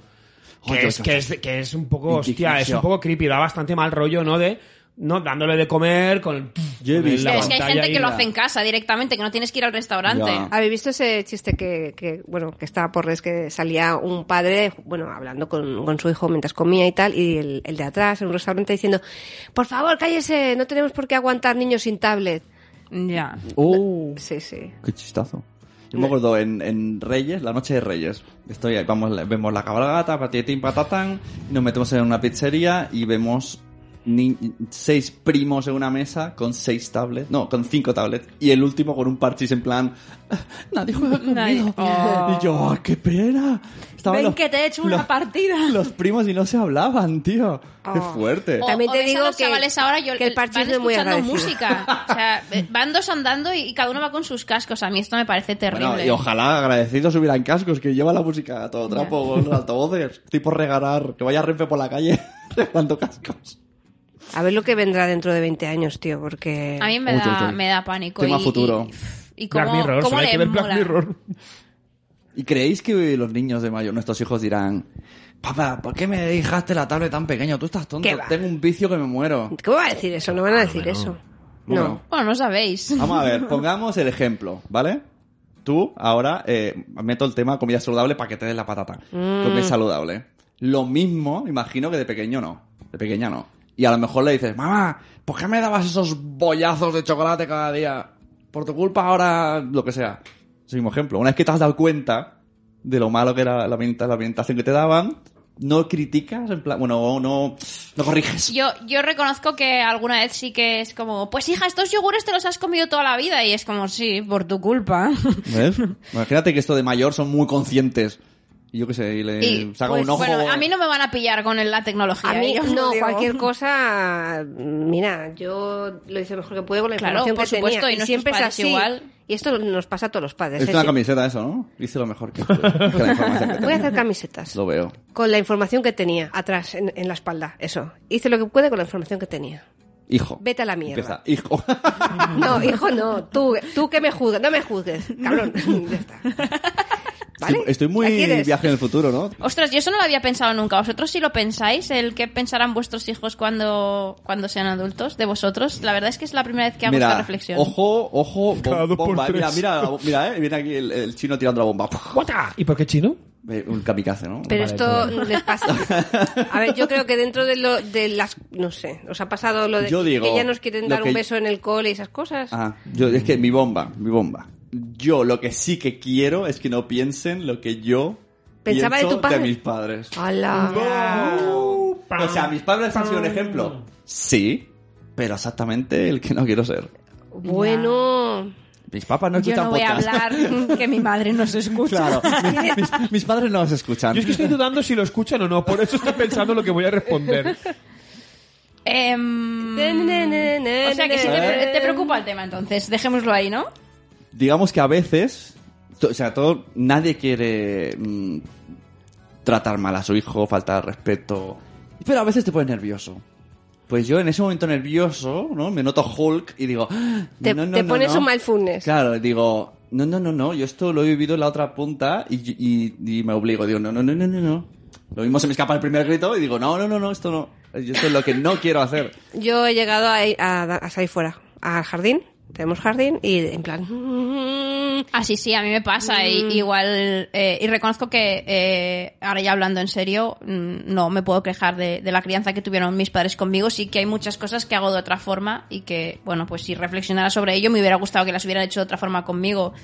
E: que,
D: Oye,
E: es,
D: oye.
E: que, es, que es un poco,
D: Indignación.
E: hostia, es un poco creepy, da bastante mal rollo, ¿no? De, no, dándole de comer con el...
D: Yo he
E: con el-
D: visto.
E: la
B: es que hay
E: pantalla
B: gente
E: ahí,
B: que lo
E: la-
B: hace en casa directamente, que no tienes que ir al restaurante.
D: Ya.
C: ¿Habéis visto ese chiste que, que, bueno, que estaba por redes que salía un padre, bueno, hablando con, con su hijo mientras comía y tal, y el, el de atrás en un restaurante diciendo, por favor, cállese, no tenemos por qué aguantar niños sin tablet.
B: Ya.
D: ¡Oh!
C: Sí, sí.
D: Qué chistazo. Yo me acuerdo en, en Reyes, la noche de Reyes. Estoy ahí, vamos, la- vemos la cabalgata, patitín, patatán, y nos metemos en una pizzería y vemos ni- seis primos en una mesa con seis tablets, no, con cinco tablets, y el último con un parchís en plan, "Ah, nadie juega conmigo.
B: Nadie- Oh.
D: Y yo, "Ah, qué pena. Estaban
B: Ven
D: los-
B: que te he hecho una
D: los-
B: partida. Ah.
D: Los primos y no se hablaban, tío. Qué
C: Oh.
D: fuerte.
B: O-
C: También
B: o
C: te
B: ves a
C: digo
B: los
C: que-
B: chavales ahora yo,
C: que el parchís
B: van
C: es muy
B: escuchando
C: agradecido.
B: música. O sea, eh, van dos andando y, y cada uno va con sus cascos. A mí esto me parece terrible.
D: Bueno, y ojalá agradecidos hubieran cascos que lleva la música a todo trapo con los altavoces. Tipo regalar, que vaya Renfe por la calle regalando cascos.
C: A ver lo que vendrá dentro de 20 años, tío, porque...
B: A mí me,
D: Uy,
B: da,
D: uy, uy.
B: me da pánico.
D: Tema
B: y,
D: futuro.
B: Y, y cómo,
E: Black Mirror,
B: cómo
E: solo hay
B: le
E: que ver
B: mola.
E: Black Mirror.
D: ¿Y creéis que los niños de mayo, nuestros hijos, dirán: Papá, ¿por qué me dejaste la tablet tan pequeña? Tú estás tonto,
C: ¿Qué va?
D: tengo un vicio que me muero.
C: ¿Cómo va a decir eso? No van a decir eso.
D: Ah, Bueno.
C: No.
B: Bueno, no sabéis.
D: Vamos a ver, pongamos el ejemplo, ¿vale? Tú, ahora, eh, meto el tema comida saludable para que te des la patata. Comida saludable. Lo mismo, imagino que de pequeño no. De pequeña no. Y a lo mejor le dices, mamá, ¿por qué me dabas esos bollazos de chocolate cada día? Por tu culpa ahora, lo que sea. Es el mismo ejemplo. Una vez que te has dado cuenta de lo malo que era la, alimenta- la alimentación que te daban, no criticas, en plan, bueno, no, no corriges.
B: Yo, yo reconozco que alguna vez sí que es como, pues hija, estos yogures te los has comido toda la vida. Y es como, sí, por tu culpa.
D: ¿Ves? Imagínate que esto de mayor son muy conscientes. Y yo qué sé, y le
B: Y,
D: Eh, saca
B: pues,
D: un ojo.
B: bueno, a mí no me van a pillar con el- la tecnología.
C: A mí,
B: ¿eh? Yo os lo
C: no,
B: digo.
C: cualquier cosa, mira, yo lo hice mejor que pude con la
B: Claro,
C: información
B: por
C: que
B: supuesto,
C: tenía.
B: y nuestros
C: siempre es
B: padres
C: así.
B: igual.
C: Y esto nos pasa a todos los padres.
D: Es
C: ¿eh?
D: una
C: Sí.
D: camiseta eso, ¿no? Hice lo mejor que pude. Es que la información que
C: Voy a
D: tenía.
C: hacer camisetas.
D: Lo veo.
C: Con la información que tenía atrás, en, en la espalda. Eso. Hice lo que pude con la información que tenía.
D: Hijo.
C: Vete a la
D: Empieza.
C: mierda.
D: Hijo.
C: No, hijo, no. Tú, tú que me juzgas. No me juzgues. Cabrón. Ya está. ¿Vale?
D: Estoy, estoy
C: ¿La
D: muy
C: quieres?
D: viaje en el futuro, ¿no?
B: Ostras, yo eso no lo había pensado nunca. ¿Vosotros si lo pensáis? ¿El qué pensarán vuestros hijos cuando, cuando sean adultos? ¿De vosotros? La verdad es que es la primera vez que hago esta
D: Mira,
B: reflexión.
D: ojo, ojo, bom-
E: Cada dos por
D: bomba. eh. Mira,
E: tres.
D: mira, la bo- mira, eh, viene aquí el, el chino tirando la bomba.
E: ¡Guata! ¿Y por qué chino?
D: Eh, Un kamikaze, ¿no?
C: Pero
E: Vale,
C: esto les pasa. A ver, yo creo que dentro de, lo, de las. No sé, os ha pasado lo de
D: Yo
C: que-
D: digo,
C: que ya nos quieren
D: lo
C: dar
D: que-
C: un beso en el cole y esas cosas.
D: Ah, yo, es que mi bomba, mi bomba. Yo lo que sí que quiero es que no piensen lo que yo
C: Pensaba de
D: pienso
C: tu padre.
D: mis padres.
C: ¡Hala!
D: O sea, mis padres han sido un ejemplo. Sí, pero exactamente el que no quiero ser.
C: Bueno.
D: Mis papás no
B: yo
D: escuchan
B: no voy a
D: podcast.
B: hablar que mi madre nos escucha.
D: Claro, mis, mis- mis padres no los escuchan.
E: Yo es que estoy dudando si lo escuchan o no, por eso estoy pensando lo que voy a responder.
B: Em,
C: Ne, ne, ne, ne,
B: o sea que si
C: ne,
B: te,
C: ne.
B: te preocupa el tema, entonces dejémoslo ahí, ¿no?
D: Digamos que a veces, to- o sea, todo, nadie quiere mm, tratar mal a su hijo, faltar al respeto, pero a veces te pones nervioso. Pues yo en ese momento nervioso, ¿no? Me noto Hulk y digo, "Ah,
C: Te-
D: no, no,
C: te
D: no,
C: pones
D: no".
C: un mindfulness.
D: Claro, digo, no, no, no, no, yo esto lo he vivido en la otra punta y, y- y me obligo, digo, no, no, no, no, no, no. Lo mismo se me escapa el primer grito y digo, no, no, no, no, esto no, esto es lo que no quiero hacer.
C: Yo he llegado a, a- a salir fuera, al jardín. Tenemos jardín y en plan. mm,
B: Ah, sí, sí, a mí me pasa. y- igual, eh, y reconozco que, eh, ahora ya hablando en serio, mm, no me puedo quejar de, de la crianza que tuvieron mis padres conmigo. Sí que hay muchas cosas que hago de otra forma y que, bueno, pues si reflexionara sobre ello, me hubiera gustado que las hubieran hecho de otra forma conmigo.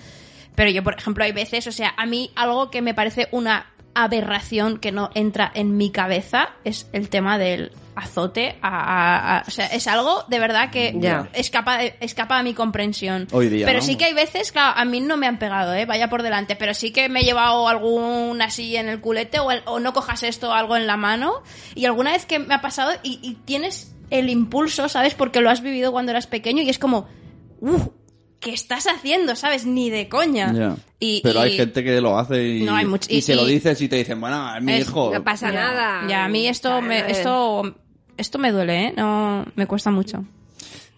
B: Pero yo, por ejemplo, hay veces, o sea, a mí algo que me parece una aberración que no entra en mi cabeza es el tema del azote a, a- a- o sea, es algo de verdad que
C: Ya.
B: escapa de- escapa a mi comprensión
D: Hoy día,
B: pero
D: ¿no?
B: sí que hay veces claro a mí no me han pegado eh vaya por delante pero sí que me he llevado algún así en el culete o, el- o no cojas esto algo en la mano y alguna vez que me ha pasado y, y tienes el impulso sabes porque lo has vivido cuando eras pequeño y es como "Uf, ¿qué estás haciendo sabes ni de coña
D: Ya.
B: y,
D: Pero hay
B: y-
D: gente que lo hace y,
B: No, hay much-
D: y
B: y-
D: se lo
B: y-
D: dices y te dicen, bueno, es mi
B: Es-
D: hijo.
C: No pasa
B: Ya,
C: nada.
B: Ya, a mí esto me, esto, esto me duele, ¿eh? No, me cuesta mucho.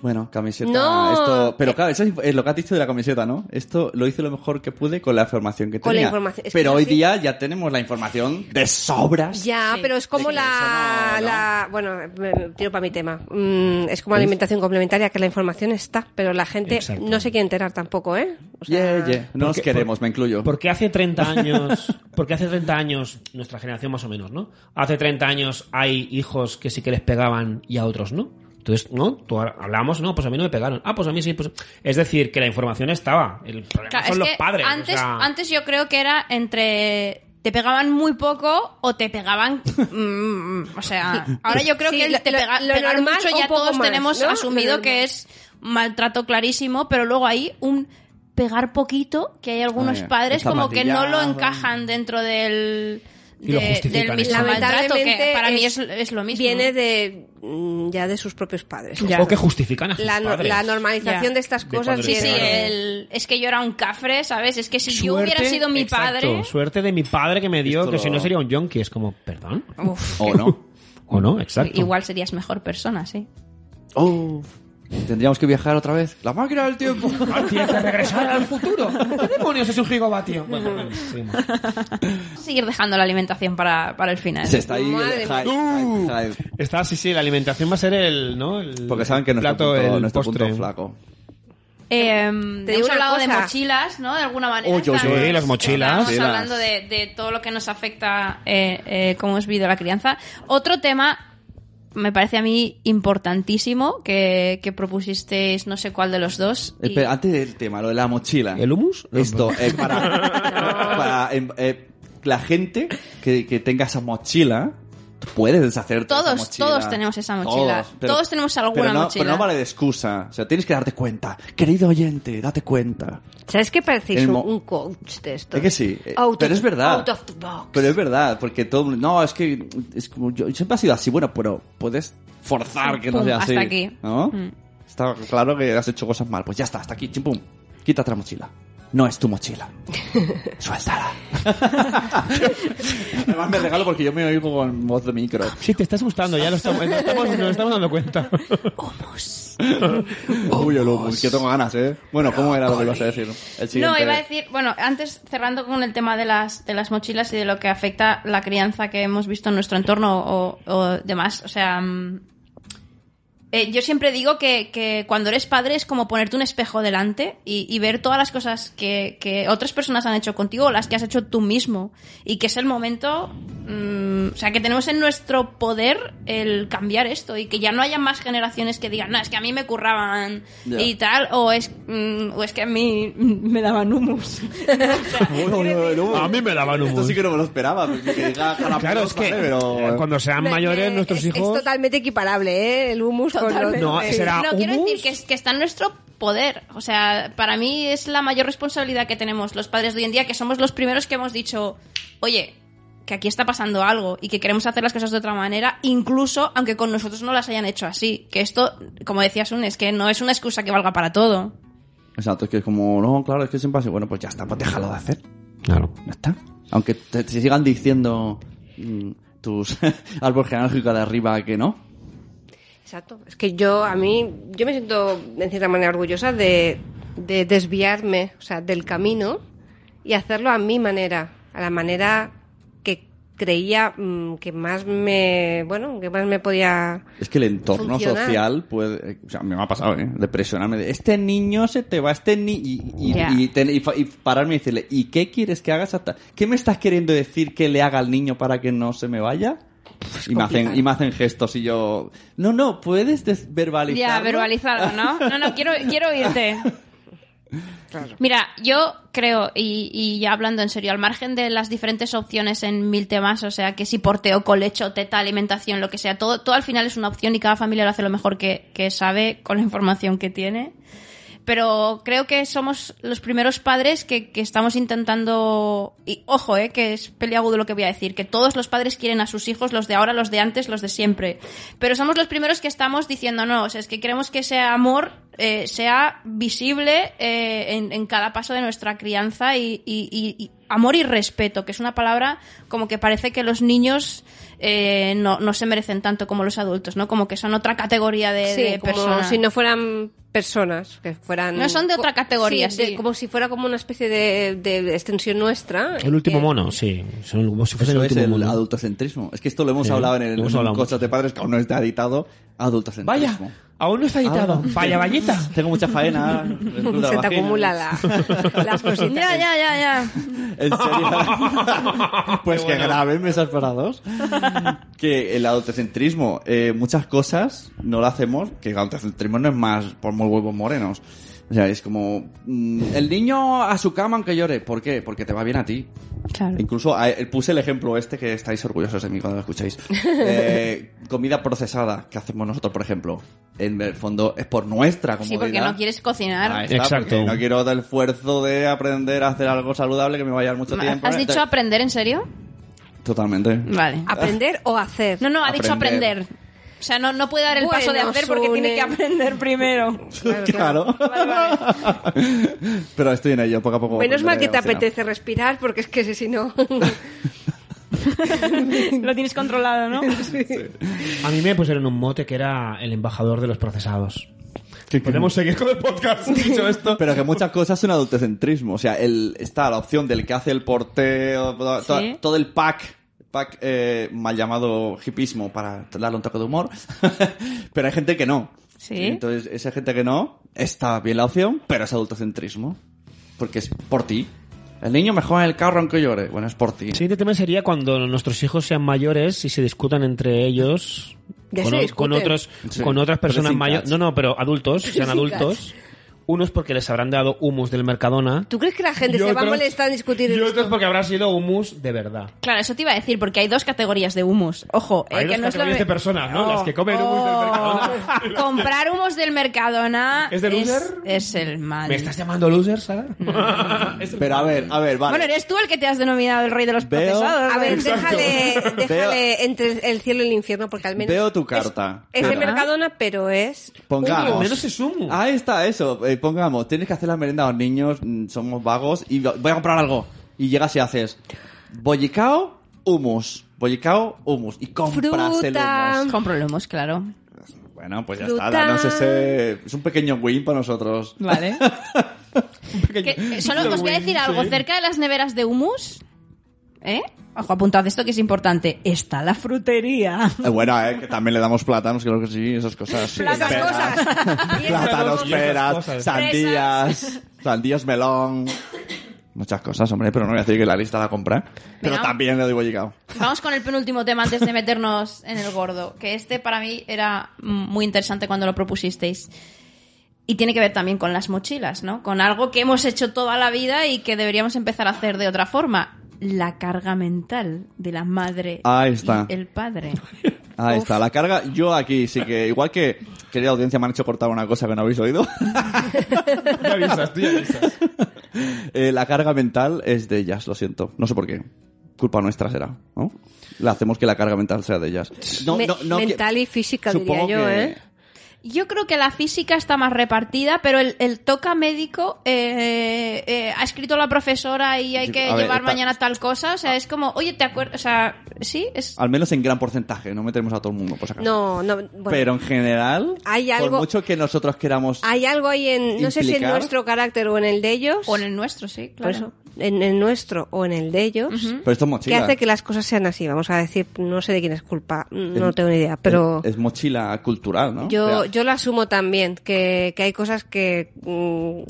D: Bueno, camiseta.
C: No.
D: Esto... Pero claro, eso es es lo que has dicho de la camiseta, ¿no? Esto lo hice lo mejor que pude con la información que
C: Con la
D: tenía.
C: información- es que
D: Pero
C: es
D: hoy
C: así.
D: día ya tenemos la información de sobras.
C: Ya,
B: Sí.
C: pero es como
D: Sí,
C: la,
D: eso no, ¿no?
C: la- Bueno, me- me tiro para mi tema. Mm, es como la alimentación complementaria, que la información está, pero la gente
E: Exacto.
C: no se quiere enterar tampoco, ¿eh? O sea,
D: Yeah, yeah. No nos
E: Porque-
D: queremos,
E: por-
D: me incluyo.
E: Porque hace 30 años, porque hace 30 años, nuestra generación más o menos, ¿no? Hace 30 años hay hijos que sí que les pegaban y a otros no. Entonces, ¿no? Tú ahora hablamos, no, pues a mí no me pegaron. Ah, pues a mí sí, pues... Es decir, que la información estaba. El problema
B: Claro,
E: son
B: es
E: los
B: que
E: padres. o
B: Antes,
E: sea,
B: antes yo creo que era entre. Te pegaban muy poco o te pegaban. mm, o sea, ahora yo creo
C: Sí,
B: que el
C: lo-
B: te
C: lo-
B: pega-
C: lo
B: pegar
C: normal
B: mucho
C: o
B: ya
C: poco
B: todos
C: más,
B: tenemos
C: ¿no? Lo
B: asumido
C: normal.
B: que es maltrato clarísimo, pero luego hay un pegar poquito que hay algunos
D: Oye,
B: padres
D: está
B: como que no lo
D: matillado.
B: encajan dentro del.
E: Y lo
B: de-
E: justifican,
B: del mismo
E: eso.
B: maltrato, que
C: Lamentablemente
B: para mí es,
C: es-
B: es lo mismo.
C: Viene de mm, ya de sus propios padres.
E: O que justifican a sus
C: La, no-
E: padres.
C: la normalización
B: Ya.
C: de estas
E: De
C: cosas
E: cuando
B: Sí,
E: eres
B: sí,
C: viene-
E: Claro.
B: el- es que yo era un cafre, ¿sabes? Es que si yo hubiera
E: Suerte-
B: sido mi
E: exacto,
B: padre.
E: Suerte de mi padre que me dio,
D: Esto
E: que
D: lo-
E: si no sería un yonki. Es como, perdón.
B: uf,
D: ¿O no?
E: O no, exacto.
B: igual serías mejor persona, sí.
D: Oh, tendríamos que viajar otra vez. La máquina del tiempo.
E: Ah, tienes que regresar al futuro. ¿Qué demonios es un gigavatio? Bueno, perdón, seguimos.
B: Vamos a seguir dejando la alimentación para, para el final.
D: Se está ahí.
C: Madre
D: el
C: mía.
D: hype,
E: Uh.
D: hype, hype.
E: Está, sí, sí, la alimentación va a ser el, ¿no? El
D: Porque saben que nuestro
E: plato,
D: punto,
E: el
D: nuestro punto
E: postre.
D: flaco.
B: Eh,
C: Te digo
B: hemos
C: una
B: hablado de
C: cosa.
B: mochilas, ¿no? De alguna manera.
D: Oh, yo-
B: estamos-
D: sí,
E: las mochilas.
B: Estamos
D: Mochilas.
B: hablando de, de todo lo que nos afecta, eh, eh, cómo es vida la crianza. Otro tema me parece a mí importantísimo que, que propusisteis no sé cuál de los dos. y-
D: Espera, antes del tema, lo de la mochila.
E: ¿El humus?
D: Esto, eh, para, para, em, eh, la gente que, que tenga esa mochila, tú puedes deshacerte de
B: Todos,
D: esa mochila.
B: todos tenemos esa mochila. Todos tenemos alguna
D: pero no,
B: mochila.
D: Pero no vale de excusa. O sea, tienes que darte cuenta. Querido oyente, date cuenta.
C: ¿Sabes qué parecéis
D: El
C: un,
D: mo-
C: un coach de esto?
D: Es que sí, eh,
C: Out
D: pero
C: of-
D: es verdad.
C: out of the box.
D: Pero es verdad, porque todo el mundo- No, es que es como yo, siempre ha sido así. Bueno, pero puedes forzar que no
B: Pum,
D: sea así.
B: hasta aquí.
D: ¿no?
B: Mm.
D: Está claro que has hecho cosas mal. Pues ya está, hasta aquí. Chim, pum. Quítate la mochila. No es tu mochila. Suéltala. Además me regalo porque yo me oigo con voz de micro.
E: Sí, te estás gustando, ya lo estamos, nos estamos, nos estamos dando cuenta.
D: Uy, el humus, que tengo ganas, ¿eh? Bueno, ¿cómo era lo que ibas a decir? El
B: No,
D: siguiente-
B: iba a decir, bueno, antes cerrando con el tema de las, de las mochilas y de lo que afecta la crianza que hemos visto en nuestro entorno o, o demás, o sea, mm, eh, yo siempre digo que, que cuando eres padre es como ponerte un espejo delante y, y ver todas las cosas que, que otras personas han hecho contigo o las que has hecho tú mismo. Y que es el momento, mm, o sea, que tenemos en nuestro poder el cambiar esto y que ya no haya más generaciones que digan, no, es que a mí me curraban
D: Ya.
B: y tal, o es, mm, o es que a mí mm, me daban humus.
D: Uy, uy, uy, el humus.
E: A mí me daban humus.
D: Esto sí que no me lo esperaba. porque que diga jalapeños,
E: Claro, es que
D: vale, pero...
E: eh, cuando sean mayores
C: Eh,
E: nuestros
C: es, Es
E: hijos...
C: totalmente equiparable, ¿eh? El humus
B: Totalmente.
C: con lo
E: No,
C: que-
E: será
B: No, quiero
E: humus.
B: decir que, es- que está en nuestro poder. O sea, para mí es la mayor responsabilidad que tenemos los padres de hoy en día, que somos los primeros que hemos dicho, oye, que aquí está pasando algo y que queremos hacer las cosas de otra manera, incluso aunque con nosotros no las hayan hecho así. Que esto, como decías, un, es que no es una excusa que valga para todo.
D: Exacto, es que es como, no, claro, es que siempre así. Bueno, pues ya está, pues déjalo de hacer.
E: Claro.
D: Ya está. Aunque te, te sigan diciendo mm, tus árbol genealógico de arriba que no.
C: Exacto. Es que yo, a mí, yo me siento en cierta manera orgullosa de, de desviarme, o sea, del camino y hacerlo a mi manera, a la manera que creía mm, que más me, bueno, que más me podía...
D: Es que el entorno
C: Funciona.
D: social puede... eh, O sea, me ha pasado, ¿eh? De presionarme. De, este niño se te va, este niño... Y, y-
B: Ya.
D: y ten- y fa- y pararme y decirle, ¿y qué quieres que hagas hasta...? ¿Qué me estás queriendo decir que le haga al niño para que no se me vaya? Y me, hacen,
C: complicado.
D: y me hacen gestos y yo... No, no, puedes verbalizar.
B: Ya, verbalizado, ¿no? No, no, quiero, quiero oírte. Mira, yo creo, y, y ya hablando en serio, al margen de las diferentes opciones en mil temas, o sea, que si porteo, colecho, teta, alimentación, lo que sea, todo, todo al final es una opción y cada familia lo hace lo mejor que, que sabe con la información que tiene. Pero creo que somos los primeros padres que, que estamos intentando. Y ojo, eh, que es peliagudo lo que voy a decir, que todos los padres quieren a sus hijos, los de ahora, los de antes, los de siempre. Pero somos los primeros que estamos diciendo, no, o sea, es que queremos que ese amor eh, sea visible eh, en, en cada paso de nuestra crianza y, y- y- y amor y respeto, que es una palabra como que parece que los niños eh, no, no se merecen tanto como los adultos, ¿no? Como que son otra categoría de,
C: Sí,
B: de
C: como
B: personas.
C: si no fueran personas, que fueran...
B: No, son de otra categoría,
C: de-
B: sí.
C: como si fuera como una especie de, de extensión nuestra.
E: El último
C: Que-
E: mono, sí. Son como si fuese
D: Eso
E: el
D: es
E: último
D: el
E: mono.
D: adultocentrismo. Es que esto lo hemos
E: Sí,
D: hablado en, el,
E: lo hemos hablado
D: Cosas de Padres, que aún no está editado.
E: Vaya,
D: Adultocentrismo.
E: aún no está editado.
D: Ah.
E: Vaya, valleta.
D: Tengo mucha faena. resulta
C: Se te
D: vagina.
C: acumula la, las cositas.
B: Ya, ya, ya, ya.
D: ¿En serio? pues que graben mesas para dos. que el adultocentrismo, eh, muchas cosas no lo hacemos, que el adultocentrismo no es más por muy huevos morenos. O sea, es como mm, el niño a su cama aunque llore. ¿Por qué? Porque te va bien a ti.
B: Claro.
D: Incluso a- eh, puse el ejemplo este que estáis orgullosos de mí cuando lo escucháis. Eh, comida procesada que hacemos nosotros, por ejemplo. En el fondo es por nuestra
B: Sí,
D: comodidad.
B: porque no quieres cocinar.
E: Ah,
D: Ahí está,
E: Exacto.
D: porque No quiero el esfuerzo de aprender a hacer algo saludable que me vaya a dar mucho tiempo. Este,
B: ¿Has dicho aprender en serio?
D: Totalmente.
B: Vale.
C: ¿Aprender o hacer?
B: No, no, ha dicho
D: Aprender.
B: aprender. O sea, no, no puede dar el paso de
C: Bueno,
B: hacer porque tiene
C: Sune.
B: que aprender primero.
D: Claro. Pero estoy en ello, poco a poco.
C: Menos mal que te
D: volveré a cocinar.
C: apetece respirar, porque es que si no...
B: Lo tienes controlado, ¿no?
E: A mí me pusieron un mote que era el embajador de los procesados.
D: Que- que-
E: Podemos seguir con el podcast, dicho esto.
D: Pero que muchas cosas son adultocentrismo. O sea, el, está la opción del que hace el porteo, to- to-
B: Sí.
D: todo el pack, pack eh, mal llamado hipismo para darle un toque de humor. pero hay gente que no.
B: Sí.
D: Entonces, esa gente que no, está bien la opción, pero es adultocentrismo. Porque es por ti. El niño mejor en el carro aunque llore. Bueno, es por ti.
E: El siguiente tema sería cuando nuestros hijos sean mayores y se discutan entre ellos
C: Ya
E: con,
C: se
E: o-
C: discuten.
E: con otros
D: Sí,
E: con otras
D: pero
E: personas
D: sin
E: mayores.
D: cats.
E: No, no, pero adultos, sean adultos. Unos porque les habrán dado humus del Mercadona.
C: ¿Tú crees que la gente
E: Y
C: se va a
E: otros-
C: molestar en discutir
E: Y
C: esto?
E: otros porque habrá sido humus de verdad.
B: Claro, eso te iba a decir, porque hay dos categorías de humos. Ojo, eh,
E: Hay
B: que
E: dos
B: no es lo
E: categorías
B: mi-
E: de personas, ¿no? Las que comen humus del
B: Oh.
E: Mercadona.
B: Comprar humos del Mercadona
E: ¿Es de loser?
B: es el mal.
E: ¿Me estás llamando loser, Sara? Es el-
D: Pero a ver, a ver, vale.
B: Bueno, eres tú el que te has denominado el rey de los
D: Veo-
B: procesados. ¿eh?
C: A
B: ¿no?
C: ver, déjale,
D: Veo-
C: déjale entre el cielo y el infierno, porque al menos...
D: Veo tu
C: es-
D: carta.
C: Es, de
D: Pero-
C: Mercadona, pero es...
D: Pongamos.
E: Uy, al menos es humo.
D: Ahí está eso. Eh, pongamos, tienes que hacer la merenda a los niños, mm, somos vagos, y va- voy a comprar algo. Y llegas y haces bollicao, humus. Bollicao, humus. Y compras el
C: Fruta.
D: humus.
B: Compro humos, claro.
D: Bueno, pues ya
C: Fruta.
D: está. danos ese- Es un pequeño win para nosotros.
B: Vale. Que, eh, solo os voy a decir algo. Cerca de las neveras de humus, ¿eh? Ojo, apuntad esto que es importante. Está la frutería.
D: Eh, bueno, eh, que también le damos plátanos, creo que sí, esas cosas.
C: Las cosas.
D: Peras.
C: Y esas
D: Plátanos,
E: Y esas
D: peras,
E: cosas.
D: sandías, sandías melón. Muchas cosas, hombre, pero no voy a decir que la lista la compré. Pero
B: Venga.
D: también le doy bollicao.
B: Vamos con el penúltimo tema antes de meternos en el gordo, que este para mí era mm, muy interesante cuando lo propusisteis. Y tiene que ver también con las mochilas, ¿no? Con algo que hemos hecho toda la vida y que deberíamos empezar a hacer de otra forma. La carga mental de la madre
D: Ahí está.
B: y el padre.
D: Ahí está, la carga. Yo aquí sí que, igual que, querida audiencia, me han hecho cortar una cosa que no habéis oído.
E: Tú avisas, tú avisas.
D: Eh, la carga mental es de ellas, lo siento. No sé por qué. Culpa nuestra será, ¿no? La hacemos que la carga mental sea de ellas. No,
C: Me-
D: no, no, que-
C: mental y física,
D: supongo
C: diría yo,
D: que-
C: ¿eh?
B: Yo creo que la física está más repartida, pero el, el toca médico eh, eh, ha escrito la profesora y hay
D: Sí,
B: que
D: a ver,
B: llevar
D: está-
B: mañana tal cosa. O sea, es como, oye, ¿te acuerdas? O sea, sí, es...
D: Al menos en gran porcentaje, no metemos a todo el mundo, por si acaso.
C: No, no, bueno.
D: Pero en general,
C: Hay
D: por
C: algo-
D: mucho que nosotros queramos...
C: Hay algo ahí en, no sé si en
D: Implicar.
C: nuestro carácter o en el de ellos.
B: O en el nuestro, sí,
C: Por
B: claro.
C: eso, en el nuestro o en el de ellos.
D: Pero esto es
C: Que
D: mochila.
C: hace que las cosas sean así, vamos a decir, no sé de quién es culpa, no tengo ni idea, pero
D: Es, es mochila cultural, ¿no? O
C: yo,
D: sea,
C: yo lo asumo también, que, que hay cosas que, mm,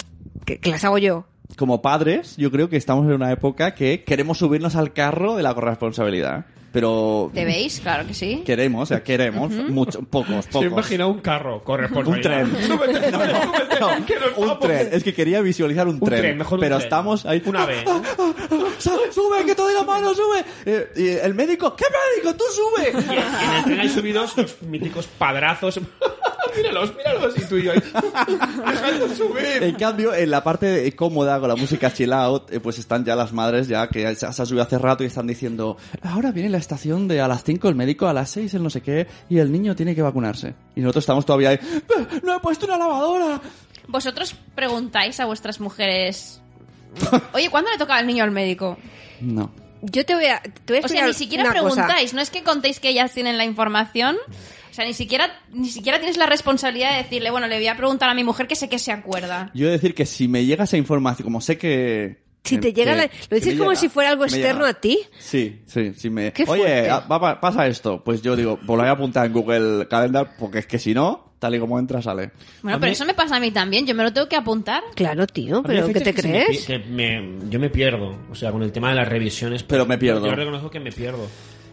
C: que, que las hago yo.
D: como padres, yo creo que estamos en una época que queremos subirnos al carro de la corresponsabilidad. Pero
B: ¿Te veis? Claro que sí.
D: queremos, o sea, queremos, mucho- pocos, pocos.
E: Se imagina un carro, corre por
D: Un tren.
E: Súbete, no, súbete,
D: No,
E: que nos
D: un
E: vamos.
D: tren. Es que quería visualizar un,
E: Un tren, mejor un
D: pero
E: tren.
D: estamos ahí.
E: Una vez.
D: ¡Ah, ah, ah! Sal- ¡Sube, que te doy la mano, sube! Eh, y el médico, ¿qué médico? ¡Tú
E: Y
D: sube!
E: en el tren hay subidos los míticos padrazos. míralos, míralos. Y tú y yo ahí. Dejadlo subir.
D: En cambio, en la parte cómoda, con la música chill out, eh, pues están ya las madres ya que se se han subido hace rato y están diciendo ahora viene la estación de a las 5 el médico, a las 6 el no sé qué, y el niño tiene que vacunarse. Y nosotros estamos todavía ahí, "Pero ¡no he puesto una lavadora!
B: Vosotros preguntáis a vuestras mujeres. Oye, ¿cuándo le toca al niño al médico?
D: No.
C: Yo te voy a. Te voy a
B: O sea,
C: explicar
B: ni siquiera
C: una cosa.
B: preguntáis, no es que contéis que ellas tienen la información. O sea, ni siquiera, ni siquiera tienes la responsabilidad de decirle, bueno, le voy a preguntar a mi mujer que sé que se acuerda.
D: Yo he de decir que si me llega esa información, como sé que...
C: Si
D: que-
C: te llega
D: que-
C: la- lo
D: que
C: dices
D: me
C: como si fuera algo
D: me
C: externo a ti.
D: Sí, sí, sí me...
C: Qué fuerte.
D: Oye, ah, va- va- pasa esto. Pues yo digo, pues lo voy a apuntar en Google Calendar porque es que si no, tal y como entra, sale.
B: Bueno,
E: A
B: pero
E: mí-
B: eso me pasa a mí también, yo me lo tengo que apuntar.
C: Claro, tío,
E: A mí
C: pero
E: hay
C: ¿qué te
E: fechas que se me
C: crees?
E: pi- que me- yo me pierdo. O sea, con el tema de las revisiones.
D: Pero me pierdo.
E: Yo reconozco que me pierdo.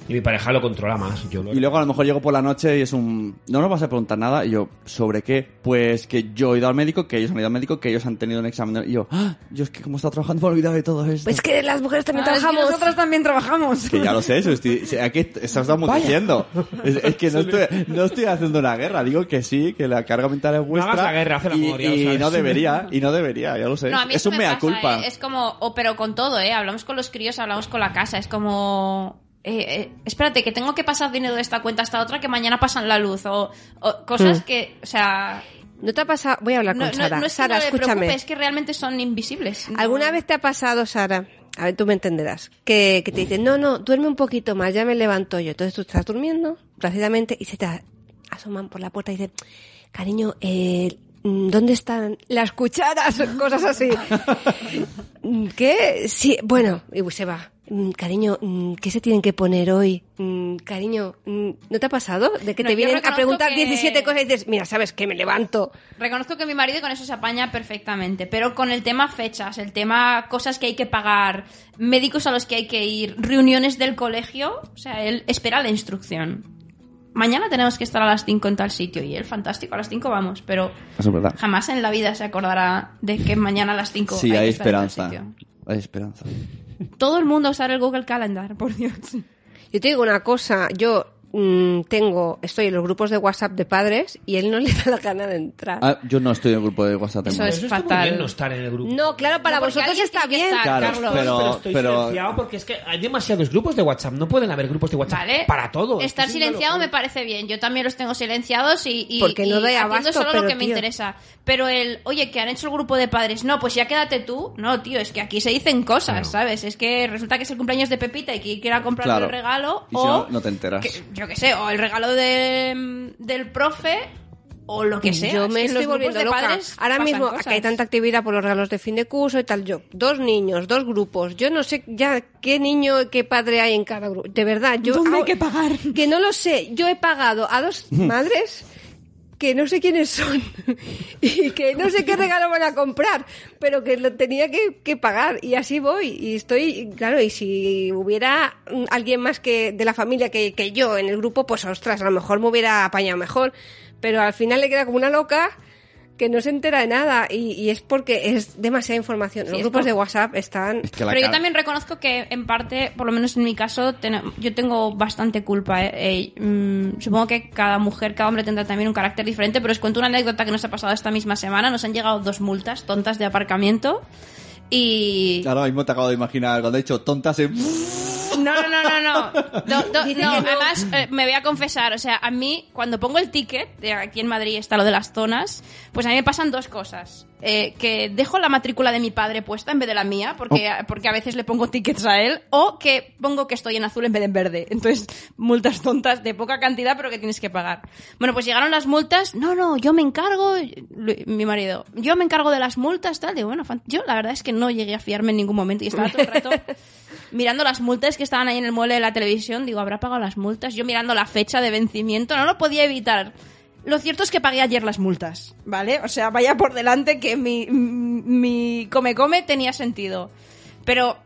E: Y mi pareja lo controla más. Yo lo-
D: Y luego a lo mejor llego por la noche y es un... No nos vas a preguntar nada. Y yo, ¿sobre qué? Pues que yo he ido al médico, que ellos han ido al médico, que ellos han tenido un examen. Y yo, ¡ah! Yo es que como está trabajando me he olvidado de todo esto.
C: Pues que las mujeres
B: Ah,
C: también trabajamos.
B: también trabajamos.
D: Que ya lo sé, eso estoy, se- aquí est- se lo estamos diciendo. Es, es que no estoy, no estoy haciendo una guerra, digo que sí, que la carga mental es vuestra.
E: hagas la guerra, haz el
D: y,
E: amor, ya lo
D: y
E: sabes.
D: no debería, y no debería, ya lo sé.
B: No, a mí
D: es
B: eso
D: un
B: me
D: mea
B: pasa,
D: culpa.
B: ¿eh? Es como, o pero con todo, ¿eh? Hablamos con los críos, hablamos con la casa. Es como, eh, eh, espérate, que tengo que pasar dinero de esta cuenta a esta otra, que mañana pasan la luz. O, o cosas que, o sea,
C: ¿No te ha pasado? Voy a hablar
B: no,
C: con
B: no-
C: Sara.
B: no es que
C: Sara,
B: no le
C: escúchame.
B: preocupe, es que realmente son invisibles. No.
C: ¿Alguna vez te ha pasado, Sara? A ver, tú me entenderás. Que, que te dicen, no, no, duerme un poquito más, ya me levanto yo. Entonces tú estás durmiendo, plácidamente, y se te asoman por la puerta y dicen, cariño, eh, mm, ¿dónde están las cucharas? Cosas así. Mm, ¿Qué? Sí, bueno, y se va. Mm, Cariño, mm, ¿qué se tienen que poner hoy? Mm, Cariño, mm, ¿no te ha pasado? De que
B: No,
C: te
B: yo
C: vienen a
B: reconozco
C: preguntar
B: que-
C: 17 cosas y dices, mira, ¿sabes qué? Me levanto.
B: Reconozco que mi marido con eso se apaña perfectamente, pero con el tema fechas, el tema cosas que hay que pagar, médicos a los que hay que ir, reuniones del colegio, o sea, él espera la instrucción. Mañana tenemos que estar a las 5 en tal sitio y él, fantástico, a las 5 vamos, pero
D: Eso es verdad.
B: jamás en la vida se acordará de que mañana a las 5
D: Sí, hay,
B: que estar en tal
D: esperanza. Hay esperanza.
B: sitio. Todo el mundo usar el Google Calendar, por Dios.
C: Yo te digo una cosa, yo mm, tengo, estoy en los grupos de WhatsApp de padres y él no le da la gana de entrar.
D: Ah, yo no estoy en el grupo de WhatsApp.
B: Eso
D: tengo.
B: es
E: Eso está muy
B: fatal.
E: bien no estar en el grupo.
C: no, claro, para
B: No, porque
C: vosotros
B: alguien
C: está
B: tiene que
C: bien.
B: estar.
D: Claro,
B: Carlos.
D: pero,
E: pero estoy
D: pero-
E: silenciado porque es que hay demasiados grupos de WhatsApp. No pueden haber grupos de WhatsApp
B: ¿Vale?
E: para todo.
B: Estar
E: Es una
B: silenciado
E: locura.
B: me parece bien. Yo también los tengo silenciados y, y,
C: Porque no
B: y
C: doy
B: atiendo
C: abasto,
B: solo lo
C: pero,
B: que me
C: tío.
B: interesa. Pero el, oye, que han hecho el grupo de padres. No, pues ya quédate tú. No, tío, es que aquí se dicen cosas,
E: Claro.
B: ¿sabes? Es que resulta que es el cumpleaños de Pepita y que quiera comprarle
D: Claro.
B: el regalo.
D: Y si
B: o
D: no, no te enteras.
B: que- yo qué sé, o el regalo de- del profe o lo que sea.
C: Yo me
B: Es que en
C: estoy
B: los grupos
C: volviendo
B: de
C: loca.
B: padres
C: Ahora
B: pasan
C: mismo
B: cosas.
C: que hay tanta actividad por los regalos de fin de curso y tal. Yo, dos niños, dos grupos. Yo no sé ya qué niño, y qué padre hay en cada grupo. De verdad, yo.
B: ¿Dónde hay
C: ah,
B: que pagar?
C: Que no lo sé. Yo he pagado a dos madres que no sé quiénes son y que no sé qué regalo van a comprar, pero que lo tenía que, que pagar y así voy. Y estoy, claro, y si hubiera mm, alguien más que de la familia que, que yo en el grupo, pues ostras, a lo mejor me hubiera apañado mejor, pero al final le queda como una loca que no se entera de nada y, y es porque es demasiada información. Los
B: es
C: grupos
B: como-
C: de WhatsApp están...
D: Es que la
B: Pero yo
D: cara-
B: también reconozco que, en parte, por lo menos en mi caso, ten- yo tengo bastante culpa. ¿eh? Eh, mm, supongo que cada mujer, cada hombre tendrá también un carácter diferente, pero os cuento una anécdota que nos ha pasado esta misma semana. Nos han llegado dos multas tontas de aparcamiento y...
D: Ahora mismo te acabo de imaginar, cuando he dicho tontas, eh,
B: No, no, no, no, no. Do- do-
C: Dice
B: no,
C: que no.
B: Además, eh, me voy a confesar, o sea, a mí, cuando pongo el ticket, de aquí en Madrid está lo de las zonas, pues a mí me pasan dos cosas. Eh, que dejo la matrícula de mi padre puesta en vez de la mía, porque, porque a veces le pongo tickets a él, o que pongo que estoy en azul en vez de en verde. Entonces, multas tontas de poca cantidad, pero que tienes que pagar. Bueno, pues llegaron las multas. No, no, yo me encargo, Lu- mi marido, yo me encargo de las multas, tal. Digo, bueno, fan- yo la verdad es que no llegué a fiarme en ningún momento y estaba todo el rato mirando las multas que estaban ahí en el mueble de la televisión, digo, ¿habrá pagado las multas? Yo mirando la fecha de vencimiento, no lo podía evitar. Lo cierto es que pagué ayer las multas, ¿vale? O sea, vaya por delante que mi, mi come-come tenía sentido. Pero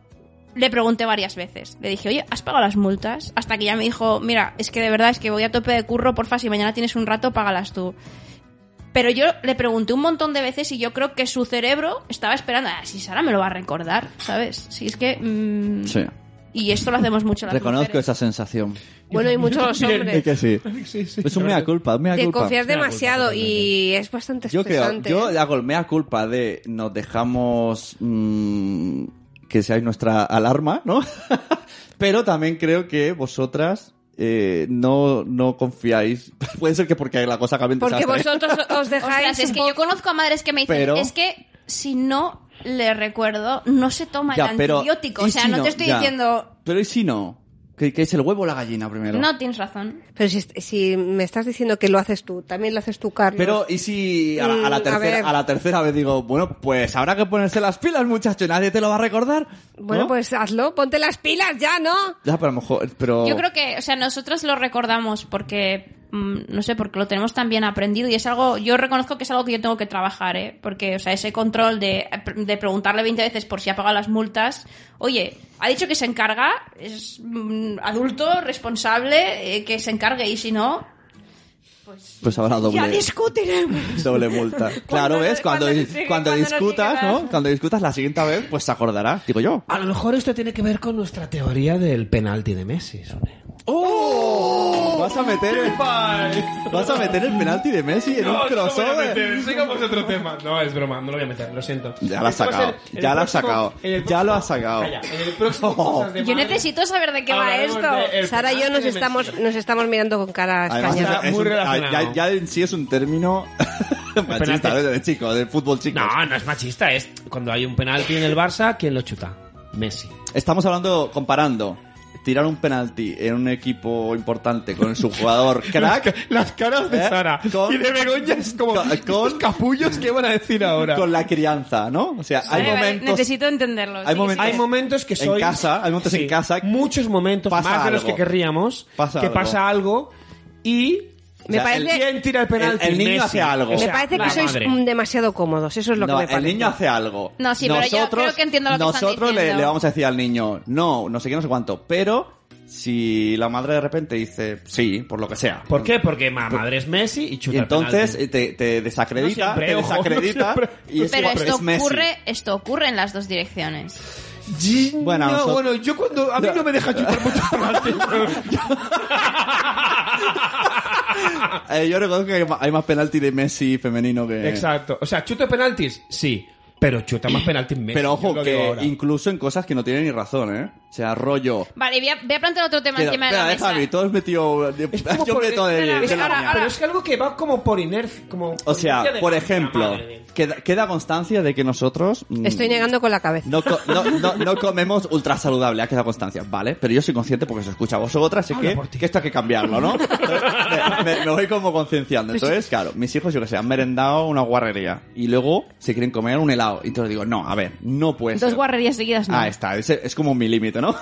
B: le pregunté varias veces. Le dije, oye, ¿has pagado las multas? Hasta que ya me dijo, mira, es que de verdad es que voy a tope de curro, porfa, si mañana tienes un rato, págalas tú. Pero yo le pregunté un montón de veces y yo creo que su cerebro estaba esperando, ah, si Sara me lo va a recordar, ¿sabes? Si es que... mm,
D: Sí.
B: Y esto lo hacemos mucho las
D: Reconozco
B: mujeres.
D: esa sensación.
C: Bueno, y muchos los
D: Es
C: hombres.
D: que sí.
E: Sí, sí.
D: Es un mea culpa, un mea
C: Te
D: culpa.
C: confías demasiado y es bastante
D: Yo creo,
C: estresante.
D: yo hago el mea culpa de nos dejamos mm, que seáis nuestra alarma, ¿no? Pero también creo que vosotras eh, no, no confiáis. Puede ser que porque la cosa acabe en
C: Porque
D: desastre.
C: vosotros os dejáis...
B: Ostras, es
C: un
B: que yo conozco a madres que me dicen,
D: Pero-
B: es que si no le recuerdo, no se toma
D: Ya,
B: el
D: pero-
B: antibiótico.
D: ¿y
B: O sea,
D: si
B: no, te estoy
D: Ya.
B: diciendo...
D: Pero ¿y si no? ¿Que, que es el huevo o la gallina primero?
B: No, tienes razón.
C: Pero si, si me estás diciendo que lo haces tú, también lo haces tú, Carlos.
D: Pero, ¿y si a la, a la
C: Mm, a
D: tercera,
C: ver.
D: a la tercera vez digo, bueno, pues habrá que ponerse las pilas, muchacho, y nadie te lo va a recordar?
C: bueno,
D: ¿no?
C: pues hazlo, ponte las pilas ya, ¿no?
D: Ya, pero a lo mejor. Pero...
B: Yo creo que, o sea, nosotros lo recordamos porque, mm, no sé, porque lo tenemos tan bien aprendido y es algo, yo reconozco que es algo que yo tengo que trabajar, ¿eh? Porque, o sea, ese control de, de preguntarle 20 veces por si ha pagado las multas, oye, ha dicho que se encarga, es mm, adulto, responsable, eh, que se encargue y si no...
D: Pues habrá doble.
B: Ya discutiremos.
D: Doble multa. Claro,
B: Cuando-
D: ves, cuando,
B: cuando-
D: dis-
B: sí,
D: cuando
B: cuando nos
D: discutas,
B: llegue la-
D: ¿no? Cuando discutas la siguiente vez, pues se acordará, digo yo.
E: A lo mejor esto tiene que ver con nuestra teoría del penalti de Messi. Sune.
D: ¡Oh! Vas a meter el, vas a meter el penalti de Messi en un crossover.
F: Sigamos otro tema. No, es broma, no lo voy a meter, lo siento.
D: Ya lo has
F: Esto va a
D: sacado,
F: ser el
D: ya lo has
F: próximo-
D: sacado,
F: en el
D: ya lo
F: próximo-
D: has sacado.
F: Calla, en el próximo Cosas de
B: Yo
F: Madre
B: necesito saber de qué va
F: hablaremos
B: esto.
F: de el
C: Sara y yo
F: penalti
C: nos
F: de Messi.
C: estamos, nos estamos mirando con cara
D: Además,
C: extraña.
E: Está
D: es- es
E: muy
D: un-
E: relacionado.
D: ya, ya en sí es un término machista,
E: Penalti.
D: ¿ves? de chico, del fútbol chico.
E: No, no es machista, es cuando hay un penalti en el Barça, ¿quién lo chuta? Messi.
D: Estamos hablando, comparando, tirar un penalti en un equipo importante con su jugador crack
F: Ah, Las caras de
D: ¿Eh?
F: Sara
D: Con-
F: y de Begoña es como
D: con-
F: estos capullos que van a decir ahora.
D: con la crianza, ¿no? O sea,
B: Vale,
D: hay
B: vale,
D: momentos
B: Necesito entenderlo.
D: hay
B: sí, sí,
D: momentos-
B: sí.
E: Hay momentos que
D: En
E: soy...
D: casa, hay momentos en casa-
E: Muchos momentos,
D: Pasa
E: más de los
D: algo.
E: que querríamos,
D: Pasa
E: que
D: algo.
E: pasa algo y...
C: Me
D: O sea, el-
C: parece-
E: ¿Quién tira el penalti?
D: El- el niño
E: Messi.
D: hace algo.
E: O
C: me
E: sea,
C: parece que
E: la
C: sois
E: madre.
C: mm, demasiado cómodos, eso es lo
D: No,
C: que me parece.
D: El niño hace algo.
B: No, sí, pero yo creo que entiendo lo que están
D: Nosotros le,
B: diciendo.
D: le vamos a decir al niño, no, no sé qué, no sé cuánto. Pero si la madre de repente dice, sí, por lo que sea.
E: ¿Por qué? Porque ma, madre es Messi y chuta
D: Y
E: el
D: entonces
E: penalti.
D: eh, te, te
E: No
D: desacredita,
E: siempre,
D: te
E: ojo,
D: desacredita.
E: no siempre.
D: y es,
B: Pero
D: es
B: esto
D: Messi.
B: ocurre, esto ocurre en las dos direcciones.
F: Gi-
D: Bueno,
F: no,
D: nosotros-
F: bueno, yo cuando. A mí no me deja chupar mucho penalti.
D: Eh, yo reconozco que hay ma- hay más penalti de Messi femenino que...
F: Exacto. O sea, chuto penaltis.
E: Sí, pero chuta más penaltis Messi.
D: Pero
E: yo
D: ojo,
E: lo digo
D: que
E: ahora.
D: incluso en cosas que no tienen ni razón, ¿eh? O sea, rollo...
B: Vale, voy a, voy a plantear otro tema
D: Espera,
B: encima de
D: espera,
B: la mesa.
D: déjame, todo es metido...
E: Es como
D: Yo
E: por-
D: meto de,
E: espera,
D: de
E: espera,
D: la
B: ahora,
D: mañana.
B: ahora.
E: Pero es que algo que va como por inercia. Como
D: O
E: por
D: sea,
E: inercia de Ah,
D: por
E: la- la
D: ejemplo,
E: madre.
D: queda, queda constancia de que nosotros... mm,
C: Estoy negando con la cabeza.
D: No, co- no, no, no comemos ultra saludable, ha quedado constancia, ¿vale? Pero yo soy consciente porque se escucha a vosotras, sé
E: Habla
D: que,
E: por ti.
D: que esto hay que cambiarlo, ¿no? Entonces, me, me- me voy como concienciando. Entonces, claro, mis hijos, yo que sé, han merendado una guarrería y luego se quieren comer un helado. Y entonces digo, no, a ver, no puede
B: Dos
D: ser.
B: guarrerías seguidas, no.
D: Ah, está, ese es como mi límite, ¿no?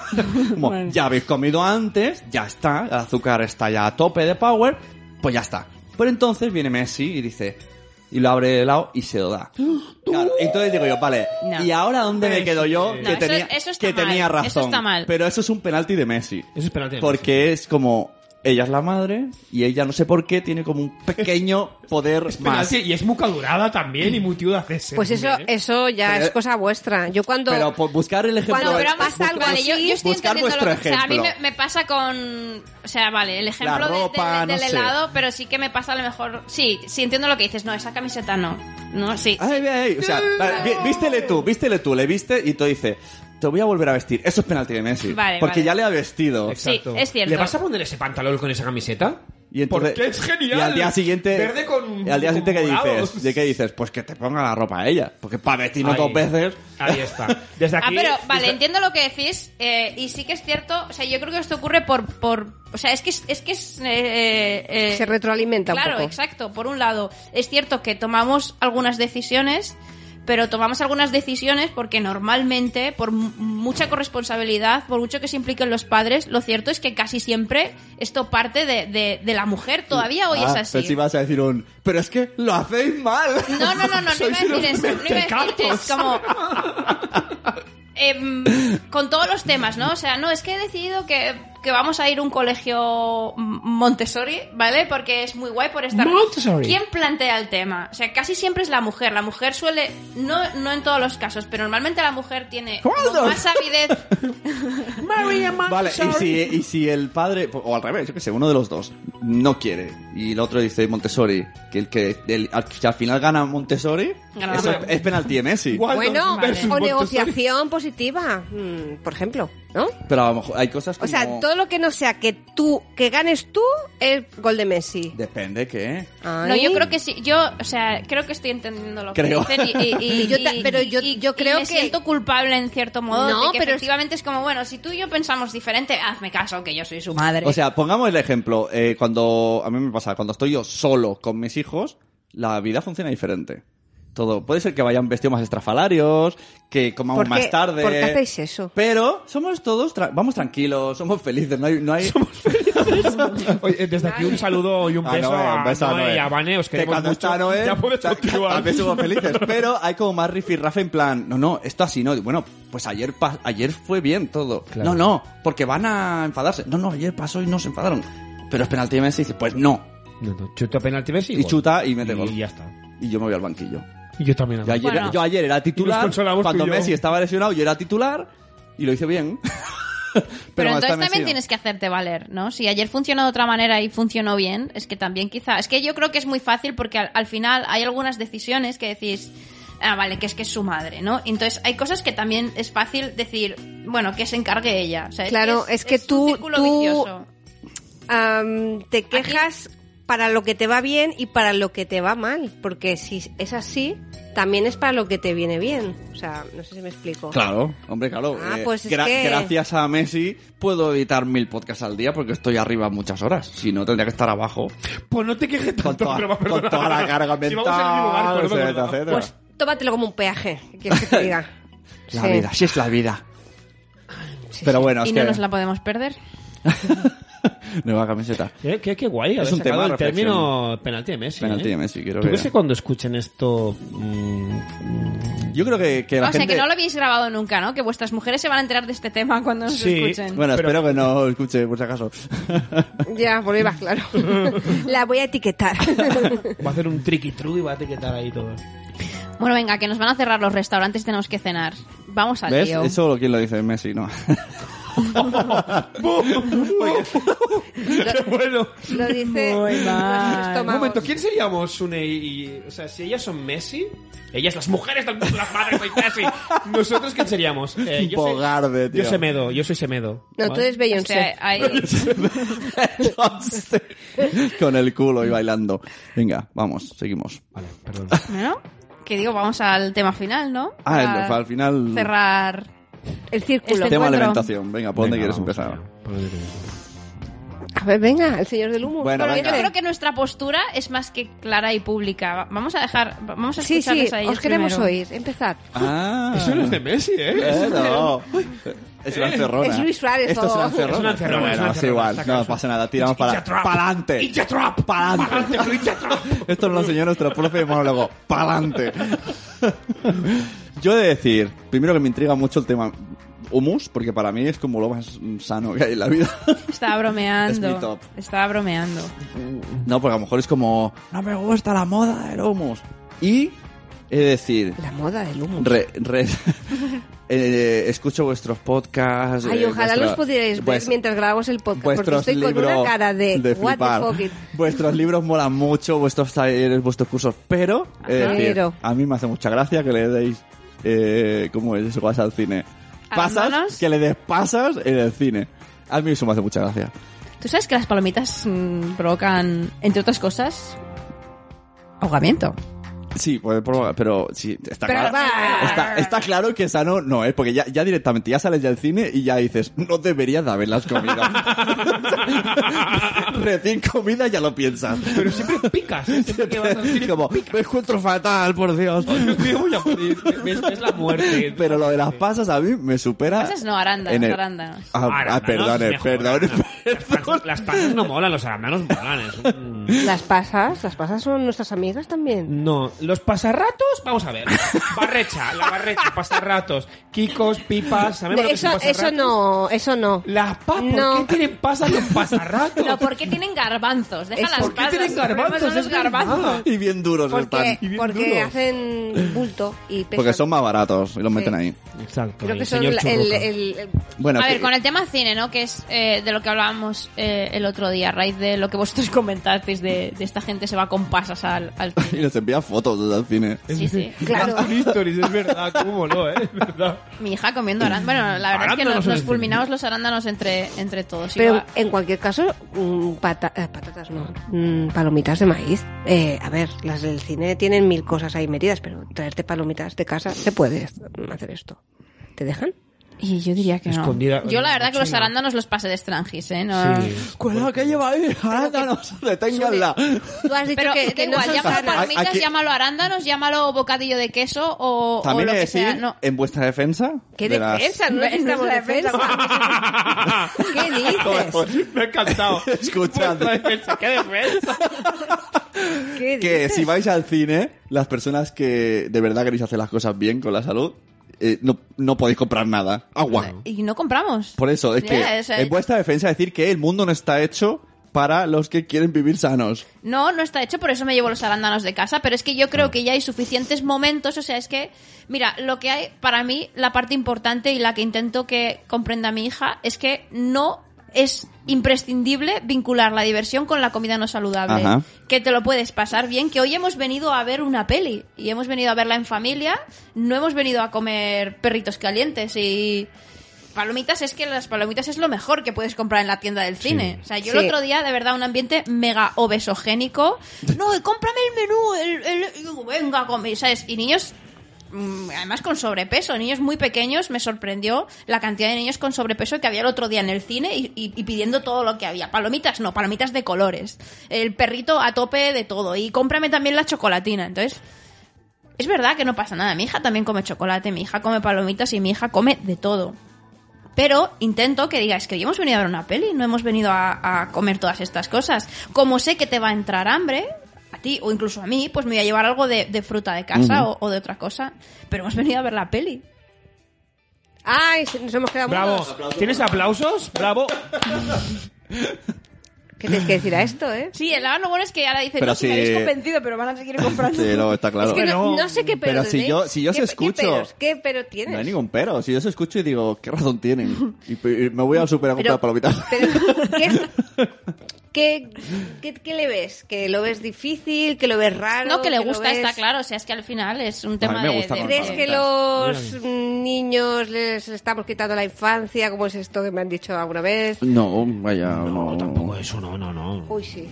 D: Como, Ya habéis comido antes, ya está, el azúcar está ya a tope de power, pues ya está. Pero entonces viene Messi y dice, y lo abre el helado y se lo da. Claro, entonces digo yo, vale,
B: No.
D: ¿y ahora dónde me quedo yo?
B: No,
D: que
B: eso-
D: tenía,
B: eso está
D: que
B: mal,
D: tenía razón.
B: eso está mal.
D: Pero eso es un penalti de Messi.
E: Eso es penalti de
D: Porque es como, ella es la madre y ella no sé por qué tiene como un pequeño poder más.
F: Penalti, y es muy calurada también y muy tío de
C: Pues eso, eso ya
D: Pero-
C: es cosa vuestra. Yo cuando...
D: Pero por buscar el ejemplo...
C: Cuando
B: No, pero
D: buscar-
B: pasa algo. Vale, yo, yo estoy
D: buscar
B: entendiendo
D: vuestro
B: lo que, o sea, a mí
D: ejemplo.
B: me, me pasa con. O sea, vale, el ejemplo
D: La
B: de- de-
D: ropa,
B: del
D: no sé.
B: helado, pero sí que me pasa a lo mejor. Sí, sí, entiendo lo que dices. No, esa camiseta no. No, sí.
D: Ay, ay, ay. O sea, vale, vi- vístele tú, vístele tú, le viste y tú dices, te voy a volver a vestir. Eso es penalti de Messi.
B: Vale,
D: porque
B: vale.
D: ya le ha vestido.
B: Sí, es cierto.
E: ¿Le vas a poner ese pantalón con esa camiseta?
D: Y entonces-
F: Porque es genial.
D: Y al día siguiente.
F: Verde con-
D: y al día siguiente, ¿qué
F: con morados.
D: dices? ¿De qué dices? Pues que te ponga la ropa a ella. Porque para vestirnos
E: Ahí.
D: dos veces.
E: Ahí está. Desde aquí.
B: ah, pero vale,
E: desde-
B: entiendo lo que decís eh, y sí que es cierto, o sea, yo creo que esto ocurre por, por o sea, es que es, es que es, eh, eh,
C: Se retroalimenta un
B: claro,
C: poco.
B: exacto. Por un lado, es cierto que tomamos algunas decisiones, pero tomamos algunas decisiones porque normalmente, por mu- mucha corresponsabilidad, por mucho que se impliquen los padres, lo cierto es que casi siempre esto parte de, de- de la mujer. Todavía hoy
D: Ah,
B: es así.
D: Pero si vas a decir un. Pero es que lo hacéis mal.
B: No, no, no, no, no
D: Sois
B: iba a decir
D: unos
B: eso. No iba a decir que es
D: mentecatos.
B: como. em, con todos los temas, ¿no? O sea, no, es que he decidido que, que vamos a ir a un colegio M- Montessori, ¿vale? Porque es muy guay por estar...
E: Montessori.
B: ¿Quién plantea el tema? O sea, casi siempre es la mujer. La mujer suele... No, no en todos los casos, pero normalmente la mujer tiene como
D: Waldo.
B: más avidez...
D: Vale, y si, y si el padre, o al revés, yo qué sé, uno de los dos no quiere y el otro dice Montessori, que el que el- al, que al final gana Montessori,
B: Gana
D: eso es,
B: Montessori.
D: es penalti de Messi.
B: Bueno,
C: Bueno,
B: versus
C: o negociación positiva, mm, por ejemplo, ¿no?
D: Pero a lo mejor hay cosas como...
C: O sea, todo lo que no sea que tú, que ganes tú, es gol de Messi.
D: Depende, ¿qué?
B: No, yo creo que sí. Yo, o sea, creo que estoy entendiendo lo
D: Creo.
B: que dicen y, y- y-
C: Yo ta-
B: y-
C: pero yo-
B: y-
C: yo
B: y
C: creo
B: me
C: que-
B: siento culpable en cierto modo.
C: No,
B: de que
C: pero-
B: efectivamente es como, bueno, si tú y yo pensamos diferente, hazme caso que yo soy su madre.
D: O sea, pongamos el ejemplo, eh, cuando a mí me pasa, cuando estoy yo solo con mis hijos, la vida funciona diferente. Todo. Puede ser que vayan vestidos más estrafalarios, que comamos
C: ¿Por qué-
D: más tarde.
C: por qué hacéis eso?
D: Pero somos todos, tra- vamos tranquilos, somos felices, no hay... No hay...
E: Oye, desde aquí un saludo y un
D: Ah,
E: beso,
D: Noé, un beso
E: a
D: a
E: Noé y
D: Noé.
E: a Vane, os
D: Que
E: queremos
D: cuando
E: mucho.
D: está Noé,
E: ya puedes
D: ta-
E: continuar.
D: tal vez somos felices. Pero hay como más rifirrafe en plan, no, no, esto así no. Bueno, pues ayer pa- ayer fue bien todo.
E: Claro.
D: No, no, porque van a enfadarse. No, no, ayer pasó y no se enfadaron. Pero es penalti de Messi y dice, pues no.
E: No, no, chuta penalti Messi
D: Y
E: gol.
D: chuta y mete gol.
E: Y ya está.
D: Y yo me voy al banquillo.
E: Y yo también.
D: Yo ayer,
B: Bueno.
D: yo ayer era
E: Y nos
D: titular.
E: consolamos tú
D: Cuando
E: y yo.
D: Messi estaba lesionado, yo era titular y lo hice bien.
B: pero
D: cuando está
B: entonces
D: Messi,
B: también
D: no.
B: tienes que hacerte valer, ¿no? Si ayer funcionó de otra manera y funcionó bien, es que también quizá... Es que yo creo que es muy fácil porque al, al final hay algunas decisiones que decís... Ah, vale, que es que es su madre, ¿no? Entonces hay cosas que también es fácil decir, bueno, que se encargue ella. O sea,
C: Claro, es que
B: un
C: tú-
B: círculo
C: tú-
B: vicioso.
C: Am, te quejas para lo que te va bien y para lo que te va mal, porque si es así, también es para lo que te viene bien. O sea, no sé si me explico.
D: Claro, hombre, claro. eh,
C: Ah, pues es
D: gra-
C: que-
D: Gracias a Messi puedo editar mil podcasts al día porque estoy arriba muchas horas. Si no, tendría que estar abajo.
E: Pues no te quejes
D: Con
E: tanto,
D: toda,
E: pero va,
D: con
E: perdona.
D: toda la carga mental,
E: Si vamos en el mismo barco, no me
D: etcétera,
E: acordaba.
D: etcétera.
C: Pues tómatelo como un peaje, ¿qué quieres que te diga.
D: la
C: Sí.
D: vida, sí es la vida. Pero bueno, es
B: Y
D: que...
B: no nos la podemos perder.
D: Nueva camiseta.
E: Qué, qué, qué guay. haber
D: un
E: sacado
D: tema de
E: el término penalti de Messi.
D: Penalti
E: ¿eh?
D: de Messi, quiero
E: ¿Tú
D: que-
E: crees que cuando escuchen esto... mm,
D: Yo creo que, que la
B: o sea,
D: gente...
B: que no lo habéis grabado nunca, ¿no? Que vuestras mujeres se van a enterar de este tema cuando nos
E: Sí.
B: escuchen.
D: Bueno,
E: Pero-
D: espero que no escuche, por si acaso.
C: Ya, por ahí va claro. la voy a etiquetar.
E: va a hacer un tricky tru y va a etiquetar ahí todo.
B: Bueno, venga, que nos van a cerrar los restaurantes y tenemos que cenar. Vamos al
D: ¿Ves?
B: lío.
D: Eso lo quien lo dice, Messi, no.
E: Eh, ¡Qué bueno!
C: Lo dice
B: Muy
C: nuestro
B: mal.
E: Un
C: estómago.
E: momento, ¿quién seríamos Sune y, y- O sea, si ellas son Messi, ellas las mujeres del mundo, las madres de Messi, ¿nosotros quién seríamos? Eh, yo soy-
D: Bogarde, tío.
E: Yo Semedo, yo soy Semedo.
C: No, tú
E: ¿vale?
C: eres
B: O sea,
C: Beyoncé.
B: hay-
D: Entonces, con el culo y bailando. Venga, vamos, seguimos.
E: Vale, perdón.
B: Bueno, que digo, vamos al tema final, ¿no?
D: Ah, el-
B: Para
D: al final...
B: Cerrar.
C: El círculo.
B: Este-
D: Tema
B: encuentro.
D: alimentación. Venga, ¿por dónde
E: Venga,
D: quieres empezar?
E: vamos allá, ¿por dónde quieres?
C: A ver, venga, el señor del humo.
D: Bueno,
B: Pero
D: venga.
B: yo creo que nuestra postura es más que clara y pública. Va- Vamos a dejar, vamos a
C: Sí, sí,
B: escucharles a ellos
C: os queremos
B: primero.
C: oír. Empezad.
D: Ah.
E: Eso no es de Messi, ¿eh?
D: Claro. Es una encerrona.
C: Es Luis Suárez,
D: Esto es
C: o-
D: una encerrona.
E: Es una encerrona,
D: Pero
E: es una
D: bueno, es
E: encerrona,
D: igual.
E: saca
D: No
E: eso.
D: pasa nada. Tiramos
E: It's
D: para
E: a trap.
D: adelante.
E: It's a trap.
D: Pa'lante.
E: Pa'lante, it's a trap.
D: Esto nos lo enseñó nuestro profe de monólogo. Pa'lante. Yo he de decir, primero que me intriga mucho el tema humus, porque para mí es como lo más mm, sano que hay en la vida.
B: Estaba bromeando.
D: Es mi top.
B: Estaba bromeando.
D: No, porque a lo mejor es como, no me gusta la moda del humus. Y he de decir,
C: La moda del humo.
D: Re- re- eh, escucho vuestros podcasts.
C: Ay,
D: eh,
C: ojalá
D: vuestra-
C: los pudierais ver
D: vues-
C: mientras grabamos el podcast, porque
D: vuestros
C: estoy con
D: libros
C: una cara de, what the
D: flipar.
C: fuck it.
D: Vuestros libros molan mucho, vuestros talleres, vuestros cursos, pero, he de decir,
C: Pero.
D: a mí me hace mucha gracia que le deis, eh, ¿cómo es? Eso vas al cine.
B: ¿A las manos?
D: Pasas, que le des pasas en el cine. A mí eso me hace mucha gracia.
B: ¿Tú sabes que las palomitas mm, provocan, entre otras cosas, ahogamiento?
D: Sí, pues, por- pero sí, está
C: Pero
D: claro.
C: va.
D: Está, está claro que sano no es, porque ya, ya directamente ya sales del cine y ya dices, no deberías de haberlas comido. Recién comida ya lo piensas.
E: Pero siempre picas. ¿eh? Siempre que vas al cine,
D: Como,
E: picas.
D: me encuentro fatal, por Dios.
E: Me voy a morir. Ves, ves la muerte.
D: Pero lo de las pasas a mí me supera.
B: Pasas no, arándanos,
D: en el-
B: arándanos.
D: Ah, ah,
E: Arándanos
D: perdone,
E: es mejor,
D: perdone,
E: arándanos. Las pasas- Las pasas no molan, los arándanos molan. Es un-
C: Las pasas, las pasas son nuestras amigas también.
E: No, los pasarratos, vamos a ver. Barrecha, la barrecha, pasarratos. Kikos, pipas, sabemos lo que
C: eso,
E: son
C: eso
E: pasarratos.
C: no, eso no.
E: Las papas, ¿por
C: No.
E: qué tienen pasas los pasarratos?
B: No, ¿por qué tienen garbanzos? Deja
C: Es-
B: las
C: ¿por
E: ¿Por qué tienen garbanzos? Es verdad.
D: Y bien duros
C: Porque,
D: están. Y bien
C: porque
D: duros.
C: hacen bulto y pesan.
D: Porque son más baratos y los meten
C: Sí.
D: ahí.
E: Exacto.
C: Creo
E: el
C: que son
E: señor
C: la- el,
E: Churruca.
C: el- el-
D: Bueno,
B: A
D: que-
B: ver, con el tema cine, ¿no? Que es eh, de lo que hablábamos eh, el otro día, a raíz de lo que vosotros comentasteis de, de esta gente se va con pasas al, al
D: y
B: cine.
D: les envía fotos al cine.
B: Sí, sí.
C: claro.
E: Cartoon Stories, es verdad, cómo moló, ¿eh? Es verdad.
B: Mi hija comiendo arándanos. Bueno, la verdad es que
E: Arándanos
B: nos,
E: en
B: nos
E: el
B: fulminamos los arándanos entre, entre todos.
C: Pero
B: Iba-
C: en cualquier caso, mm, pata- eh, patatas no, mm, palomitas de maíz. Eh, a ver, las del cine tienen mil cosas ahí metidas, pero traerte palomitas de casa, se puede hacer esto. ¿Te dejan?
B: Y yo diría que no.
E: Escondida en
B: Yo la
E: la
B: verdad que los
E: mochila.
B: arándanos los pasé de estrangis, ¿eh?
C: Ah.
B: No.
E: Sí.
D: Cuidado, que lleva ahí? Árdanos, deténganla.
C: Tú has dicho
B: Pero
C: que,
B: da
C: que no
B: igual,
C: son
B: llámalo
C: sanas.
B: palomitas,
D: Aquí-
B: llámalo arándanos, llámalo bocadillo de queso o, o
D: También
B: lo
D: he
B: que
D: de decir,
B: sea. No.
D: en vuestra defensa...
C: ¿Qué
D: de las-
C: defensa? No necesitamos defensa. ¿Qué dices?
E: Pues, Me ha encantado.
D: Escuchad.
E: Vuestra defensa, ¡Qué defensa!
C: ¿Qué
D: que
C: dices?
D: si vais al cine, las personas que de verdad queréis hacer las cosas bien con la salud, eh, no, no podéis comprar nada. Agua.
B: Y no compramos.
D: Por eso, es
B: Ya,
D: que
B: o sea,
D: en vuestra defensa decir que el mundo no está hecho para los que quieren vivir sanos.
B: No, no está hecho, por eso me llevo los arándanos de casa, pero es que yo creo que ya hay suficientes momentos, o sea, es que, mira, lo que hay, para mí, la parte importante y la que intento que comprenda mi hija es que no es imprescindible vincular la diversión con la comida no saludable.
D: Ajá.
B: Que te lo puedes pasar bien, que hoy hemos venido a ver una peli y hemos venido a verla en familia, no hemos venido a comer perritos calientes y... Palomitas es que las palomitas es lo mejor que puedes comprar en la tienda del cine. O sea, yo el
C: Sí.
B: otro día, de verdad, un ambiente mega obesogénico. No, cómprame el menú, el, el- y digo, venga a comer, ¿sabes? Y niños, mm, además con sobrepeso, niños muy pequeños, me sorprendió la cantidad de niños con sobrepeso que había el otro día en el cine y, y- y pidiendo todo lo que había. Palomitas, no, palomitas de colores. El perrito a tope de todo. Y cómprame también la chocolatina. Entonces, es verdad que no pasa nada. Mi hija también come chocolate, mi hija come palomitas y mi hija come de todo. Pero intento que digas que hoy hemos venido a ver una peli, no hemos venido a, a comer todas estas cosas. Como sé que te va a entrar hambre, a ti o incluso a mí, pues me voy a llevar algo de, de fruta de casa o- o, de otra cosa. Pero hemos venido a ver la peli.
C: Ay, se- nos hemos quedado
E: Bravo.
C: mudos.
E: ¿Tienes aplausos? Bravo.
C: ¿Qué tienes que decir a esto, eh?
B: Sí, el lado bueno es que ahora dicen,
D: Pero
B: no, si me
D: sí.
B: habéis convencido, pero van a seguir comprando.
D: Sí, no, está claro.
C: Es que no,
E: Pero-
C: no sé qué pero
D: pero si
C: tenéis.
D: yo- si yo os
C: ¿Qué-
D: escucho-
C: ¿Qué peros? ¿Qué pero tienes?
D: No hay ningún pero. Si yo os escucho y digo, ¿qué razón tienen? Y, y me voy al super a comprar
C: Pero-
D: palomitas.
C: Pero, ¿qué, qué, qué, qué le ves? ¿Que lo ves difícil? ¿Que lo ves raro?
B: No, que le
C: lo
B: gusta,
C: ves-
B: está claro. O sea, es que al final es un
D: A
B: tema
D: mí me
B: de-
D: gusta
B: de...
D: más.
C: ¿Crees que los niños les estamos quitando la infancia? ¿Cómo es esto que me han dicho alguna vez?
D: No, vaya, no.
E: tampoco eso, no, no, no.
C: Uy, sí.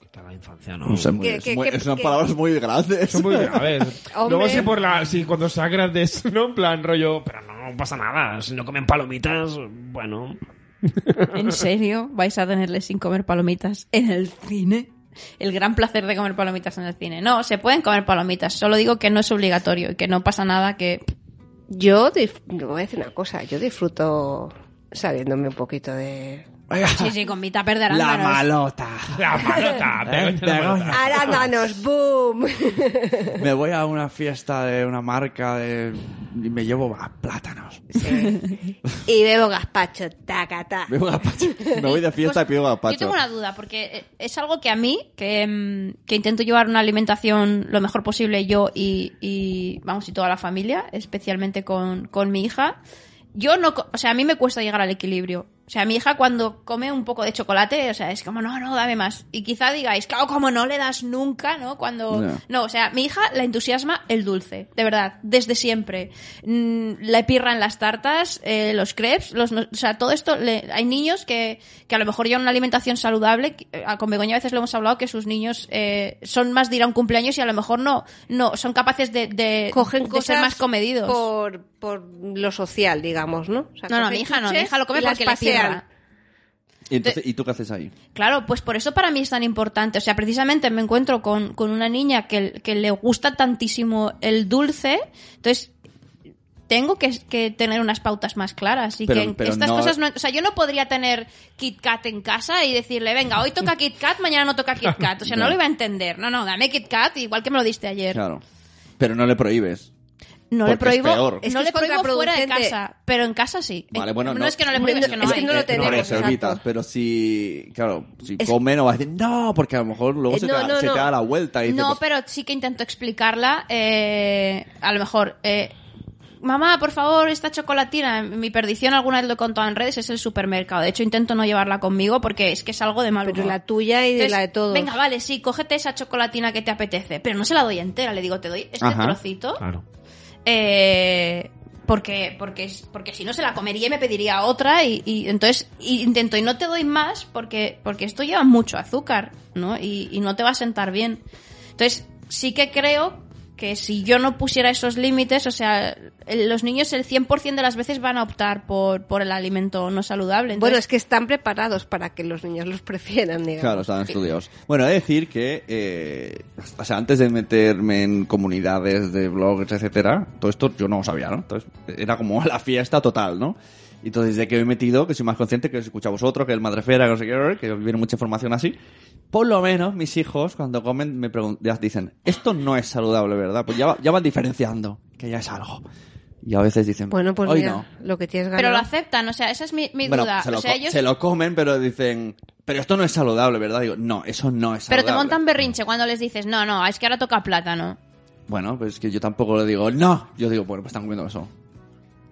E: Quita la infancia, no.
D: No sé, muy-
C: ¿Qué-
D: es
C: qué-
D: muy-
C: qué-
D: es unas
C: qué-
D: palabras muy grandes.
E: Son muy graves.
C: Hombre.
E: Luego si por la, si cuando sean grandes, ¿no? En plan rollo, pero no, no pasa nada. Si no comen palomitas, bueno.
B: ¿En serio vais a tenerle sin comer palomitas en el cine? El gran placer de comer palomitas en el cine. No, se pueden comer palomitas. Solo digo que no es obligatorio y que no pasa nada que...
C: Yo dif- yo voy a decir una cosa. Yo disfruto saliéndome un poquito de...
B: Sí, sí, con mi tupper de arándanos.
D: malota.
E: La palota. pégate la palota.
C: ¡Arándanos! ¡Boom!
D: Me voy a una fiesta de una marca de... y me llevo a plátanos.
C: Eh, y bebo gazpacho. ¡Tacata!
D: Me voy, me voy de fiesta y
B: Pues,
D: pido
B: Yo
D: gazpacho.
B: tengo una duda, porque eh, es algo que a mí, que, mm, que intento llevar una alimentación lo mejor posible yo y, y, vamos, y toda la familia, especialmente con, con mi hija. Yo no, co- o sea, a mí me cuesta llegar al equilibrio. O sea, mi hija cuando come un poco de chocolate, o sea, es como, no, no, dame más. Y quizá digáis, claro, como no le das nunca, ¿no? Cuando...
D: Ya.
B: No, o sea, mi hija la entusiasma el dulce, de verdad, desde siempre. Mm, la pirra en las tartas, eh, los crepes, los, no- o sea, todo esto. le- hay niños que, que a lo mejor llevan una alimentación saludable. que, eh, con Begoña a veces lo hemos hablado que sus niños eh, son más de ir a un cumpleaños y a lo mejor no, no son capaces de, de,
C: cogen
B: Eh, de
C: cosas
B: ser más comedidos.
C: por por lo social digamos no O sea,
B: No, no,
C: cogen
B: mi hija no, mi
C: chuches
B: hija lo come
C: y las
B: porque le
C: pasean.
B: pirra.
D: ¿Y, entonces, ¿Y tú qué haces ahí?
B: Claro, pues por eso para mí es tan importante. O sea, precisamente me encuentro con, con una niña que, que le gusta tantísimo el dulce. Entonces, tengo que, que tener unas pautas más claras y
D: Pero-
B: que
D: pero
B: estas
D: no-
B: cosas no... O sea, yo no podría tener Kit Kat en casa y decirle, venga, hoy toca Kit Kat, mañana no toca Kit Kat. O sea, no,
D: No.
B: lo iba a entender. No, no, dame Kit Kat igual que me lo diste ayer.
D: Claro. Pero no le prohíbes.
B: No le
D: Porque es
B: prohíbo,
D: peor.
C: Es
B: no
C: que
B: le
C: es
B: prohíbo fuera de
C: contraproducente.
B: casa, pero en casa sí.
D: Vale,
B: En-
D: bueno,
B: no,
D: no.
B: es que no le prohíbo, es que no
C: Es
B: hay.
C: que no lo
D: Eh,
C: tenemos,
D: reservitas,
C: exacto.
D: pero si, claro, si
C: Es-
D: come no va a decir no, porque a lo mejor luego
C: Eh,
D: se,
C: no,
D: te, da-
C: no,
D: se te
C: no.
D: da la vuelta y dices,
B: No,
D: pues,
B: pero sí que intento explicarla. eh, a lo mejor, eh, mamá, por favor, esta chocolatina, mi perdición alguna vez lo he contado en redes, es el supermercado. De hecho, intento no llevarla conmigo porque es que es algo de mal
C: Pero
B: humor.
C: la tuya y de
B: Entonces,
C: la de todos.
B: Venga, vale, sí, cógete esa chocolatina que te apetece, pero no se la doy entera, le digo, te doy este
D: Ajá.
B: trocito.
E: Claro.
B: Eh, porque, porque, es- porque si no se la comería y me pediría otra y, y entonces y intento y no te doy más porque, porque esto lleva mucho azúcar, ¿no? Y, y no te va a sentar bien. Entonces, sí que creo que si yo no pusiera esos límites, o sea, el- los niños el 100% de las veces van a optar por, por el alimento no saludable.
C: bueno,
B: Entonces,
C: es que están preparados para que los niños los prefieran, digamos.
D: Claro, estaban estudiados. Bueno, he de decir que, eh, o sea, antes de meterme en comunidades de blogs, etcétera, todo esto yo no lo sabía, ¿no? Entonces, era como la fiesta total, ¿no? Y Entonces, desde que me he metido, que soy más consciente, que os escucho a vosotros, que el Madrefera, que no sé qué, que viene mucha información así, por lo menos mis hijos, cuando comen, me pregun- ya dicen, esto no es saludable, ¿verdad? Pues ya, va- ya van diferenciando, que ya es algo. Y a veces dicen,
C: Bueno, pues
D: hoy
C: mira,
D: no.
C: lo que tienes ganado.
B: pero lo aceptan, o sea, esa es mi, mi
D: Bueno,
B: duda.
D: se lo,
B: O sea,
D: co-
B: ellos-
D: se lo comen, pero dicen, pero esto no es saludable, ¿verdad? Digo, no, eso no es
B: pero
D: saludable.
B: te montan berrinche cuando les dices, no, no, es que ahora toca plátano.
D: Bueno, pues es que yo tampoco le digo, no. Yo digo, bueno, pues están comiendo eso.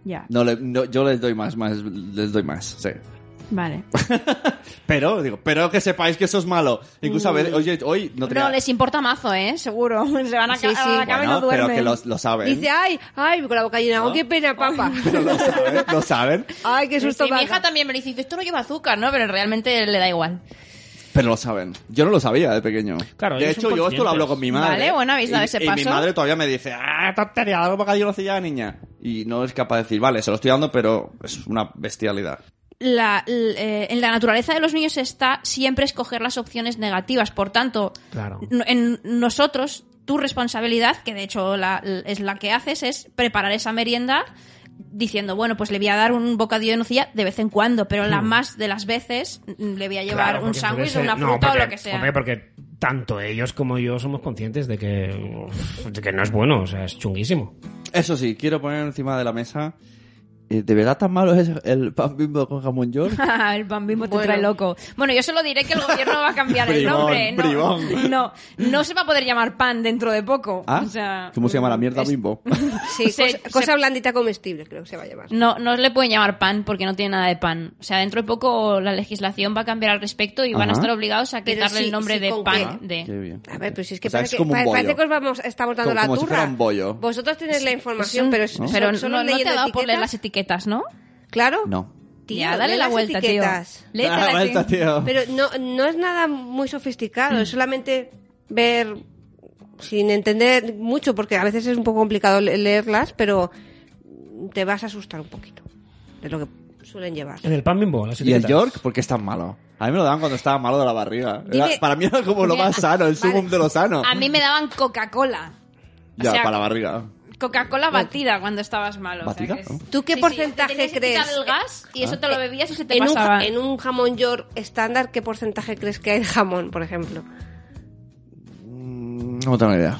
B: Ya,
D: No, le- no, yo les doy más, más, les doy más, sí.
B: vale.
D: Pero, digo, pero que sepáis que eso es malo. Incluso a veces, oye, hoy no te...
B: Mm. No, les importa mazo, ¿eh? Seguro. Se van a,
C: Sí,
B: ca-
C: sí.
B: a la cama y no
D: Bueno, pero
B: duermen. "Ah".
D: que lo, lo saben.
C: Dice, ay, ay, con la boca llena, oh, qué pena, papá.
D: Pero lo saben, lo saben.
C: ay, qué
B: Sí,
C: susto.
B: mi
C: me ha
B: hija
C: dado.
B: también me dice, esto no lleva azúcar, ¿no? Pero realmente le da igual.
D: Pero lo saben. Yo no lo sabía de pequeño.
E: Claro,
D: de
E: ellos
D: hecho,
E: son
D: yo esto lo hablo
E: conscientes.
D: con mi madre.
B: Vale, bueno, habéis dado
D: Y-
B: ese
D: y mi
B: paso.
D: madre todavía me dice, ah, tontería, algo bocadillo lo hace ya, niña. Y no es capaz de decir, vale, se lo estoy dando, pero es una bestialidad.
B: La- l- eh, en la naturaleza de los niños está siempre escoger las opciones negativas. Por tanto,
E: Claro.
B: n- en nosotros, tu responsabilidad, que de hecho la- l- es la que haces, es preparar esa merienda diciendo, bueno, pues le voy a dar un bocadillo de nocilla de vez en cuando, pero la más de las veces mm, le voy a llevar
E: Hmm. Claro,
B: un
E: porque
B: sándwich o
E: puede ser-
B: una fruta
E: no,
B: o
E: porque-
B: lo que sea.
E: hombre, porque tanto ellos como yo somos conscientes de que, uf, de que no es bueno, o sea, es chunguísimo.
D: Eso sí, quiero poner encima de la mesa. eh, ¿De verdad tan malo es el pan bimbo con jamón york?
B: el bambismo te
C: Bueno.
B: trae loco. Bueno, yo solo diré que el gobierno va a cambiar el
D: Bribón,
B: nombre. No,
D: bribón.
B: no, no se va a poder llamar pan dentro de poco.
D: ¿Ah?
B: O sea,
D: ¿Cómo se llama la mierda
B: es-
D: bimbo?
C: Sí,
B: Se-
C: cosa, cosa blandita comestible, creo que se va a llevar.
B: No, no le pueden llamar pan porque no tiene nada de pan. O sea, dentro de poco la legislación va a cambiar al respecto y van a
D: Ajá.
B: estar obligados a
C: Pero
B: quitarle
C: sí,
B: el nombre
C: sí,
B: de
C: con
B: pan. de-
D: Ah, Qué bien.
C: A ver, pues si es que,
D: O sea,
C: parece,
D: es como
C: que pa-
D: un bollo.
C: parece que os vamos, estamos dando
D: Como-
C: la
D: como si
C: turra.
D: fuera un bollo.
C: Vosotros tenéis la información,
B: Son-
C: pero, es- son-
B: pero
C: solo
B: no, no te
C: leyendo
B: ha dado por leer las
C: etiquetas.
B: etiquetas, ¿no?
C: Claro.
D: No.
C: Tío,
B: ya, dale
C: lee
B: la
C: las
B: vuelta,
C: etiquetas.
B: tío. Léete
D: Dale la vuelta, tío.
C: Pero no, no es nada muy sofisticado,
B: Mm.
C: es solamente ver sin entender mucho, porque a veces es un poco complicado le- leerlas, pero te vas a asustar un poquito de lo que suelen llevar.
B: Eh,
E: En el pan bimbo, las
D: ¿Y el
E: etiquetas.
D: York? ¿Por qué es tan malo? A mí me lo daban cuando estaba malo de la barriga. Era-
C: Dime-
D: para mí era como lo
B: Mira,
D: más sano, el
C: vale.
D: sumum de lo sano.
B: A mí me daban Coca-Cola. O
D: ya,
B: sea,
D: para la barriga.
B: Coca-Cola batida cuando estabas malo. o sea,
D: ¿Batida?
B: que es-
D: ¿No?
C: ¿Tú qué
B: Sí, sí,
C: porcentaje
B: te tenías que
C: crees?
B: quitar el gas y eso te lo bebías y se te
C: En un,
B: pasaba.
C: ja- en un jamón york estándar, ¿qué porcentaje crees que hay de jamón, por ejemplo?
D: Mm, No tengo ni idea.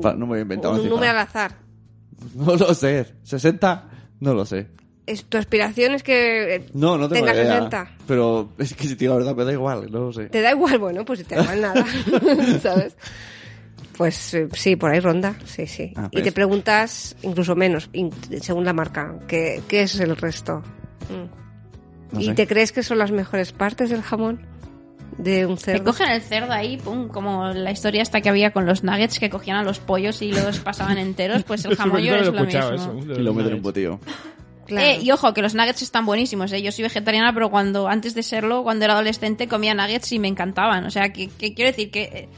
D: Pa- No me he inventado.
C: un
D: así,
C: número al
D: para-
C: azar.
D: No lo sé. ¿60? No lo sé.
C: Es- tu aspiración es que eh,
D: No, no tengo
C: tengas
D: ni idea.
C: 60.
D: Pero es que si te digo la verdad me da igual, no lo sé.
C: ¿Te da igual? Bueno, pues si te da igual nada, ¿sabes? Pues eh, sí, por ahí ronda, sí, sí.
D: Ah,
C: y
D: pues.
C: te preguntas, incluso menos, in- según la marca, ¿qué, qué es el resto? Mm.
D: No
C: ¿Y
D: sé.
C: te crees que son las mejores partes del jamón? De un
B: Te
C: cerdo.
B: cogen el cerdo ahí, pum, como la historia esta que había con los nuggets que cogían a los pollos y los pasaban enteros, pues el jamón yo
E: Yo
B: es
E: lo
B: lo
E: he escuchado,
B: mismo.
E: eso.
D: Y lo meten en un botío.
C: Claro.
B: Eh, y ojo, que los nuggets están buenísimos. ¿eh? Yo soy vegetariana, pero cuando antes de serlo, cuando era adolescente, comía nuggets y me encantaban. O sea, que, que quiero decir que eh,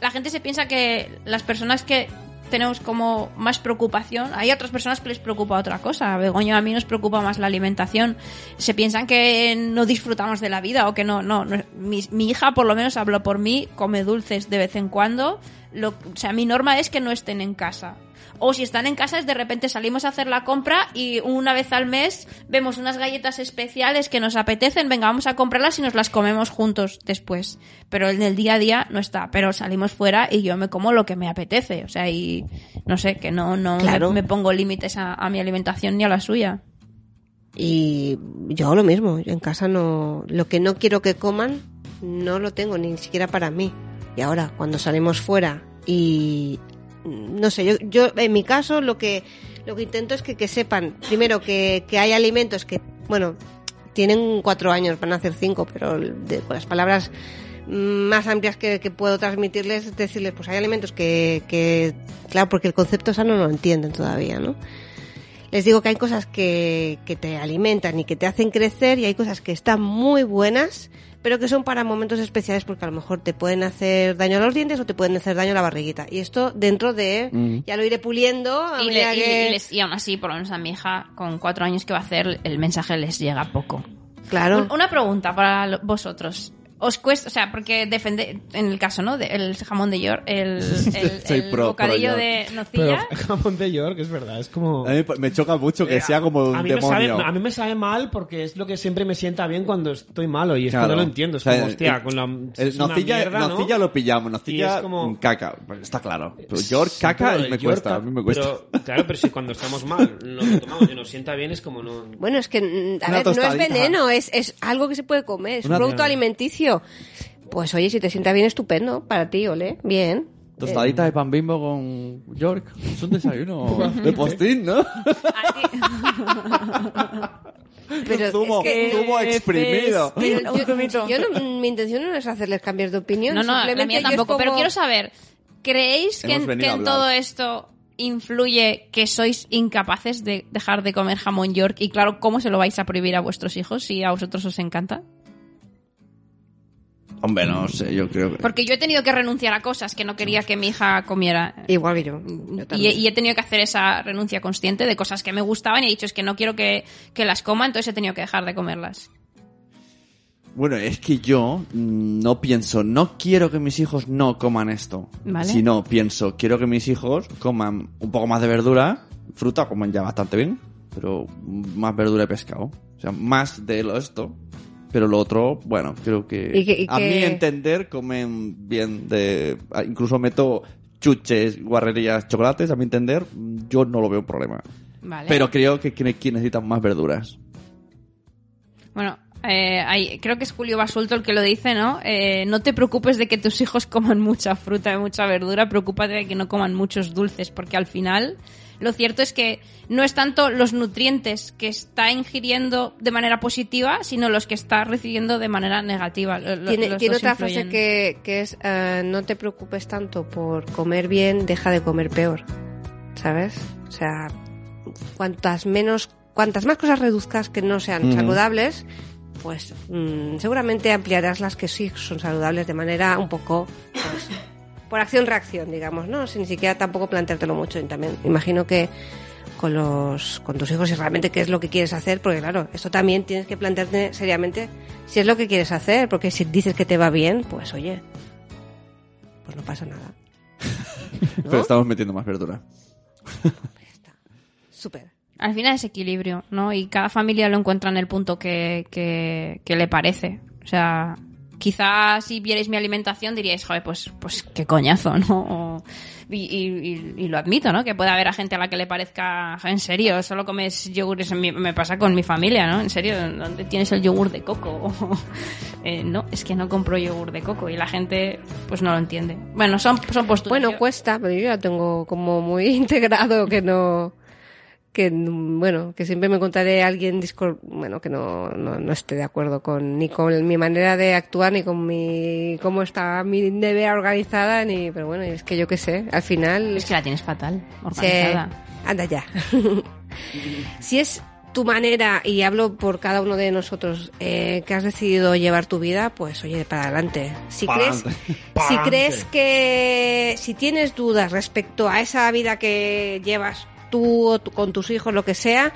B: la gente se piensa que las personas que tenemos como más preocupación, hay otras personas que les preocupa otra cosa. A Begoña, a mí nos preocupa más la alimentación. Se piensan que no disfrutamos de la vida o que no, no. no. Mi, mi hija, por lo menos, habló por mí, come dulces de vez en cuando. Lo- o sea, mi norma es que no estén en casa. O si están en casa, es de repente salimos a hacer la compra y una vez al mes vemos unas galletas especiales que nos apetecen, venga, vamos a comprarlas y nos las comemos juntos después. Pero en el día a día no está, pero salimos fuera y yo me como lo que me apetece, o sea, y no sé, que no, no
C: Claro.
B: me, me pongo límites a, a mi alimentación ni a la suya.
C: Y yo hago lo mismo, yo en casa no, lo que no quiero que coman, no lo tengo ni siquiera para mí. Y ahora, cuando salimos fuera y no sé, yo, yo en mi caso lo que lo que intento es que, que sepan, primero que, que hay alimentos que, bueno, tienen cuatro años, van a hacer cinco, pero de- con las palabras más amplias que, que puedo transmitirles, es decirles, pues hay alimentos que, que, claro, porque el concepto sano no lo entienden todavía, ¿no? les digo que hay cosas que, que te alimentan y que te hacen crecer y hay cosas que están muy buenas, pero que son para momentos especiales porque a lo mejor te pueden hacer daño a los dientes o te pueden hacer daño a la barriguita. Y esto dentro de, ya lo iré puliendo. a
B: Y, le-
C: medida
B: y-
C: que-
B: y les- y aún así, por lo menos a mi hija, con cuatro años que va a hacer, el mensaje les llega poco.
C: Claro.
B: Un- Una pregunta para lo- vosotros. Os cuesta, o sea, porque defender, en el caso, ¿no? De- el jamón de York, el, el,
D: Soy
B: el
D: pro-
B: bocadillo
D: pro
B: de
E: Pero
B: nocilla.
E: jamón de York, es verdad, es como...
D: A mí me choca mucho que sea como un
E: Eh, a mí Me
D: demonio.
E: sabe, a mí me sabe mal porque es lo que siempre me sienta bien cuando estoy malo y es
D: Claro.
E: que no lo entiendo. Es
D: O sea,
E: como, hostia,
D: el-
E: con la.
D: el
E: es una
D: nocilla,
E: mierda, ¿no?
D: nocilla lo pillamos,
E: Y
D: nocilla
E: es como-
D: mm, caca. Bueno, Está claro. Pero
E: Sí,
D: York caca
E: pero
D: me
E: York,
D: cuesta, a mí me cuesta.
E: pero, claro, pero si cuando estamos mal lo que tomamos y nos sienta bien es como no.
C: Bueno, es que, mm, a
D: Una
C: ver, no es
D: tostadita.
C: veneno, es, es algo que se puede comer, es
D: Una-
C: un producto alimenticio. Pues oye, si te sienta bien, estupendo, para ti, ole, bien.
D: Tostadita de pan bimbo con York. Es un desayuno
E: Eh,
D: de postín, ¿no?
B: A ti-
C: Pero
D: zumo,
C: es que-
D: zumo exprimido.
C: Pero yo, yo no- mi intención no es hacerles cambiar de opinión.
B: No, no, la
C: simplemente
B: mía
C: yo es
B: tampoco. Pero
C: como-
B: quiero saber, ¿creéis que,
D: Hemos
B: en,
D: venido
B: que
D: a
B: en
D: hablar.
B: todo esto influye que sois incapaces de dejar de comer jamón York? Y claro, ¿cómo se lo vais a prohibir a vuestros hijos si a vosotros os encanta?
D: Hombre, no sé, yo creo que...
B: Porque yo he tenido que renunciar a cosas que no quería que mi hija comiera.
C: Igual que yo. yo
B: Y, he-
C: también.
B: y he tenido que hacer esa renuncia consciente de cosas que me gustaban y he dicho es que no quiero que, que las coma, entonces he tenido que dejar de comerlas.
D: Bueno, es que yo mm, no pienso, no quiero que mis hijos no coman esto.
B: Vale.
D: Sino pienso, quiero que mis hijos coman un poco más de verdura, fruta, comen ya bastante bien, pero más verdura y pescado. O sea, más de lo esto. Pero lo otro, bueno, creo que,
C: Y que- y
D: a
C: que-
D: mi entender comen bien de... ah, Incluso meto chuches, guarrerías, chocolates, a mi entender, mm, yo no lo veo un problema.
B: Vale.
D: Pero creo que, que que necesitan más verduras.
B: Bueno, eh, hay- creo que es Julio Basulto el que lo dice, ¿no? Eh, no te preocupes de que tus hijos coman mucha fruta y mucha verdura, preocúpate de que no coman muchos dulces, porque al final lo cierto es que no es tanto los nutrientes que está ingiriendo de manera positiva, sino los que está recibiendo de manera negativa. Lo- lo-
C: tiene
B: los
C: tiene
B: dos
C: otra frase
B: influyen.
C: que, que es eh, no te preocupes tanto por comer bien, deja de comer peor. ¿Sabes? O sea, cuantas menos, cuantas más cosas reduzcas que no sean
D: Ujú.
C: saludables, pues mm, seguramente ampliarás las que sí son saludables de manera un poco pues, por acción-reacción, digamos, ¿no? Sin ni siquiera tampoco planteártelo mucho. Y también imagino que con los con tus hijos si realmente qué es lo que quieres hacer porque claro esto también tienes que plantearte seriamente si es lo que quieres hacer porque si dices que te va bien pues oye pues no pasa nada
D: Pero estamos metiendo más verdura.
C: súper
B: Al final es equilibrio, ¿no? Y cada familia lo encuentra en el punto que, que, que le parece. O sea, quizás si vierais mi alimentación diríais, joder, pues, pues qué coñazo, ¿no? O- y, y- y- y lo admito, ¿no? Que puede haber a gente a la que le parezca, en serio, solo comes yogures, en mi- me pasa con mi familia, ¿no? En serio, ¿dónde tienes el yogur de coco? O, eh, no, es que no compro yogur de coco y la gente, pues no lo entiende. Bueno, son, son posturas.
C: bueno pues,
B: Yo-
C: cuesta pero yo ya tengo como muy integrado que no que bueno que siempre me encontraré a alguien discor- bueno que no, no, no esté de acuerdo con ni con mi manera de actuar ni con mi cómo está mi nevera organizada ni pero bueno es que yo qué sé al final
B: Es que la tienes fatal,
C: Sí.
B: organizada.
C: Anda ya. si es tu manera, y hablo por cada uno de nosotros, eh, que has decidido llevar tu vida, pues oye, para adelante. Si
D: Para
C: crees,
D: adelante.
C: si crees que, si tienes dudas respecto a esa vida que llevas tú o tu- con tus hijos, lo que sea,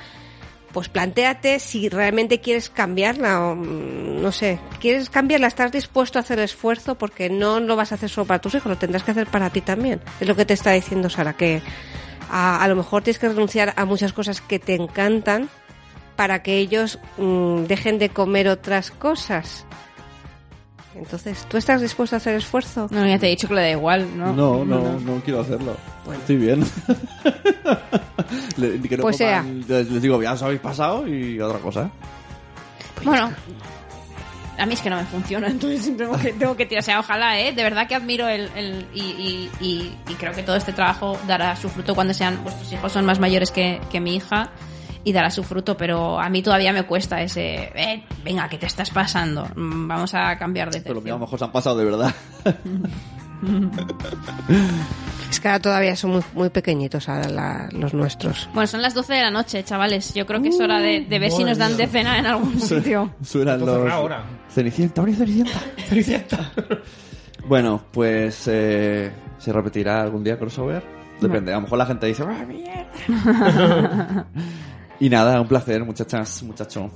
C: pues planteate si realmente quieres cambiarla o mm, no sé, quieres cambiarla, estás dispuesto a hacer esfuerzo porque no lo vas a hacer solo para tus hijos, lo tendrás que hacer para ti también. Es lo que te está diciendo Sara, que a, a lo mejor tienes que renunciar a muchas cosas que te encantan para que ellos mm, dejen de comer otras cosas. Entonces, ¿tú estás dispuesto a hacer esfuerzo?
B: No, ya te he dicho que le da igual, ¿no?
D: No, no, no quiero hacerlo. Estoy bien. Le- que no
C: Pues sea.
D: coman- Les les digo, ya os habéis pasado y otra cosa.
B: Bueno, a mí es que no me funciona, entonces tengo que, tengo que tirar. O sea, ojalá, ¿eh? De verdad que admiro el. el- y, y- y- y creo que todo este trabajo dará su fruto cuando sean. Vuestros hijos son más mayores que, que mi hija y dará su fruto, pero a mí todavía me cuesta ese. "Eh, venga, que te estás pasando. Mm, Vamos a cambiar de
D: Pero lo mío a
B: tercio.
D: lo mejor se han pasado de verdad.
C: Es que ahora todavía son muy, muy pequeñitos ahora la- los nuestros.
B: Bueno, son las 12 de la noche, chavales. Yo creo que es hora de, de ver si nos dan de cena en algún sitio.
D: Suenan
E: Entonces,
D: los...
E: ahora.
D: Cenicienta, abre Cenicienta. Bueno, pues eh, se repetirá algún día crossover. Depende, a lo mejor la gente dice, ¡Ah, mierda". y nada, un placer, muchachas, muchacho.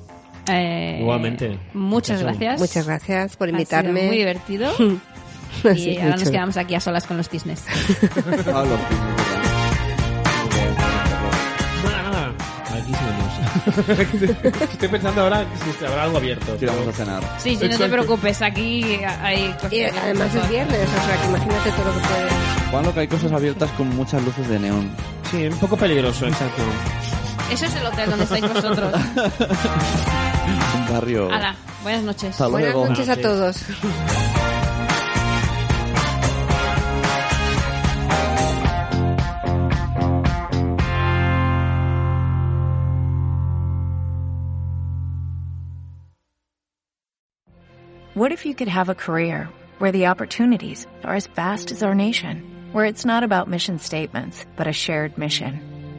B: Eh,
E: Igualmente.
B: Muchas
E: Muchas
B: gracias.
C: Muchas gracias por
B: Ha
C: invitarme.
B: sido muy divertido.
C: Sí,
B: Y ahora nos
C: mucho.
B: quedamos aquí a solas con los cisnes.
D: Ah, los cisnes, ¿verdad?
E: Nada, nada. Aquí seguimos. Estoy pensando ahora si habrá algo abierto.
D: Que vamos a cenar.
B: Sí, sí, no te
E: Exacto.
B: preocupes, aquí hay cosas
C: Y
B: que-
C: además es viernes, o sea que imagínate todo lo que puede.
D: Juan, que hay cosas abiertas con muchas luces de neón.
E: Sí, un poco peligroso, exacto.
B: Eso es el hotel donde estáis vosotros.
D: Un barrio.
B: Hala, buenas noches.
D: Hasta
C: Buenas
D: luego.
C: noches a
E: Buenas
C: todos.
G: What if you could have a career where the opportunities are as vast as our nation, where it's not about mission statements, but a shared mission?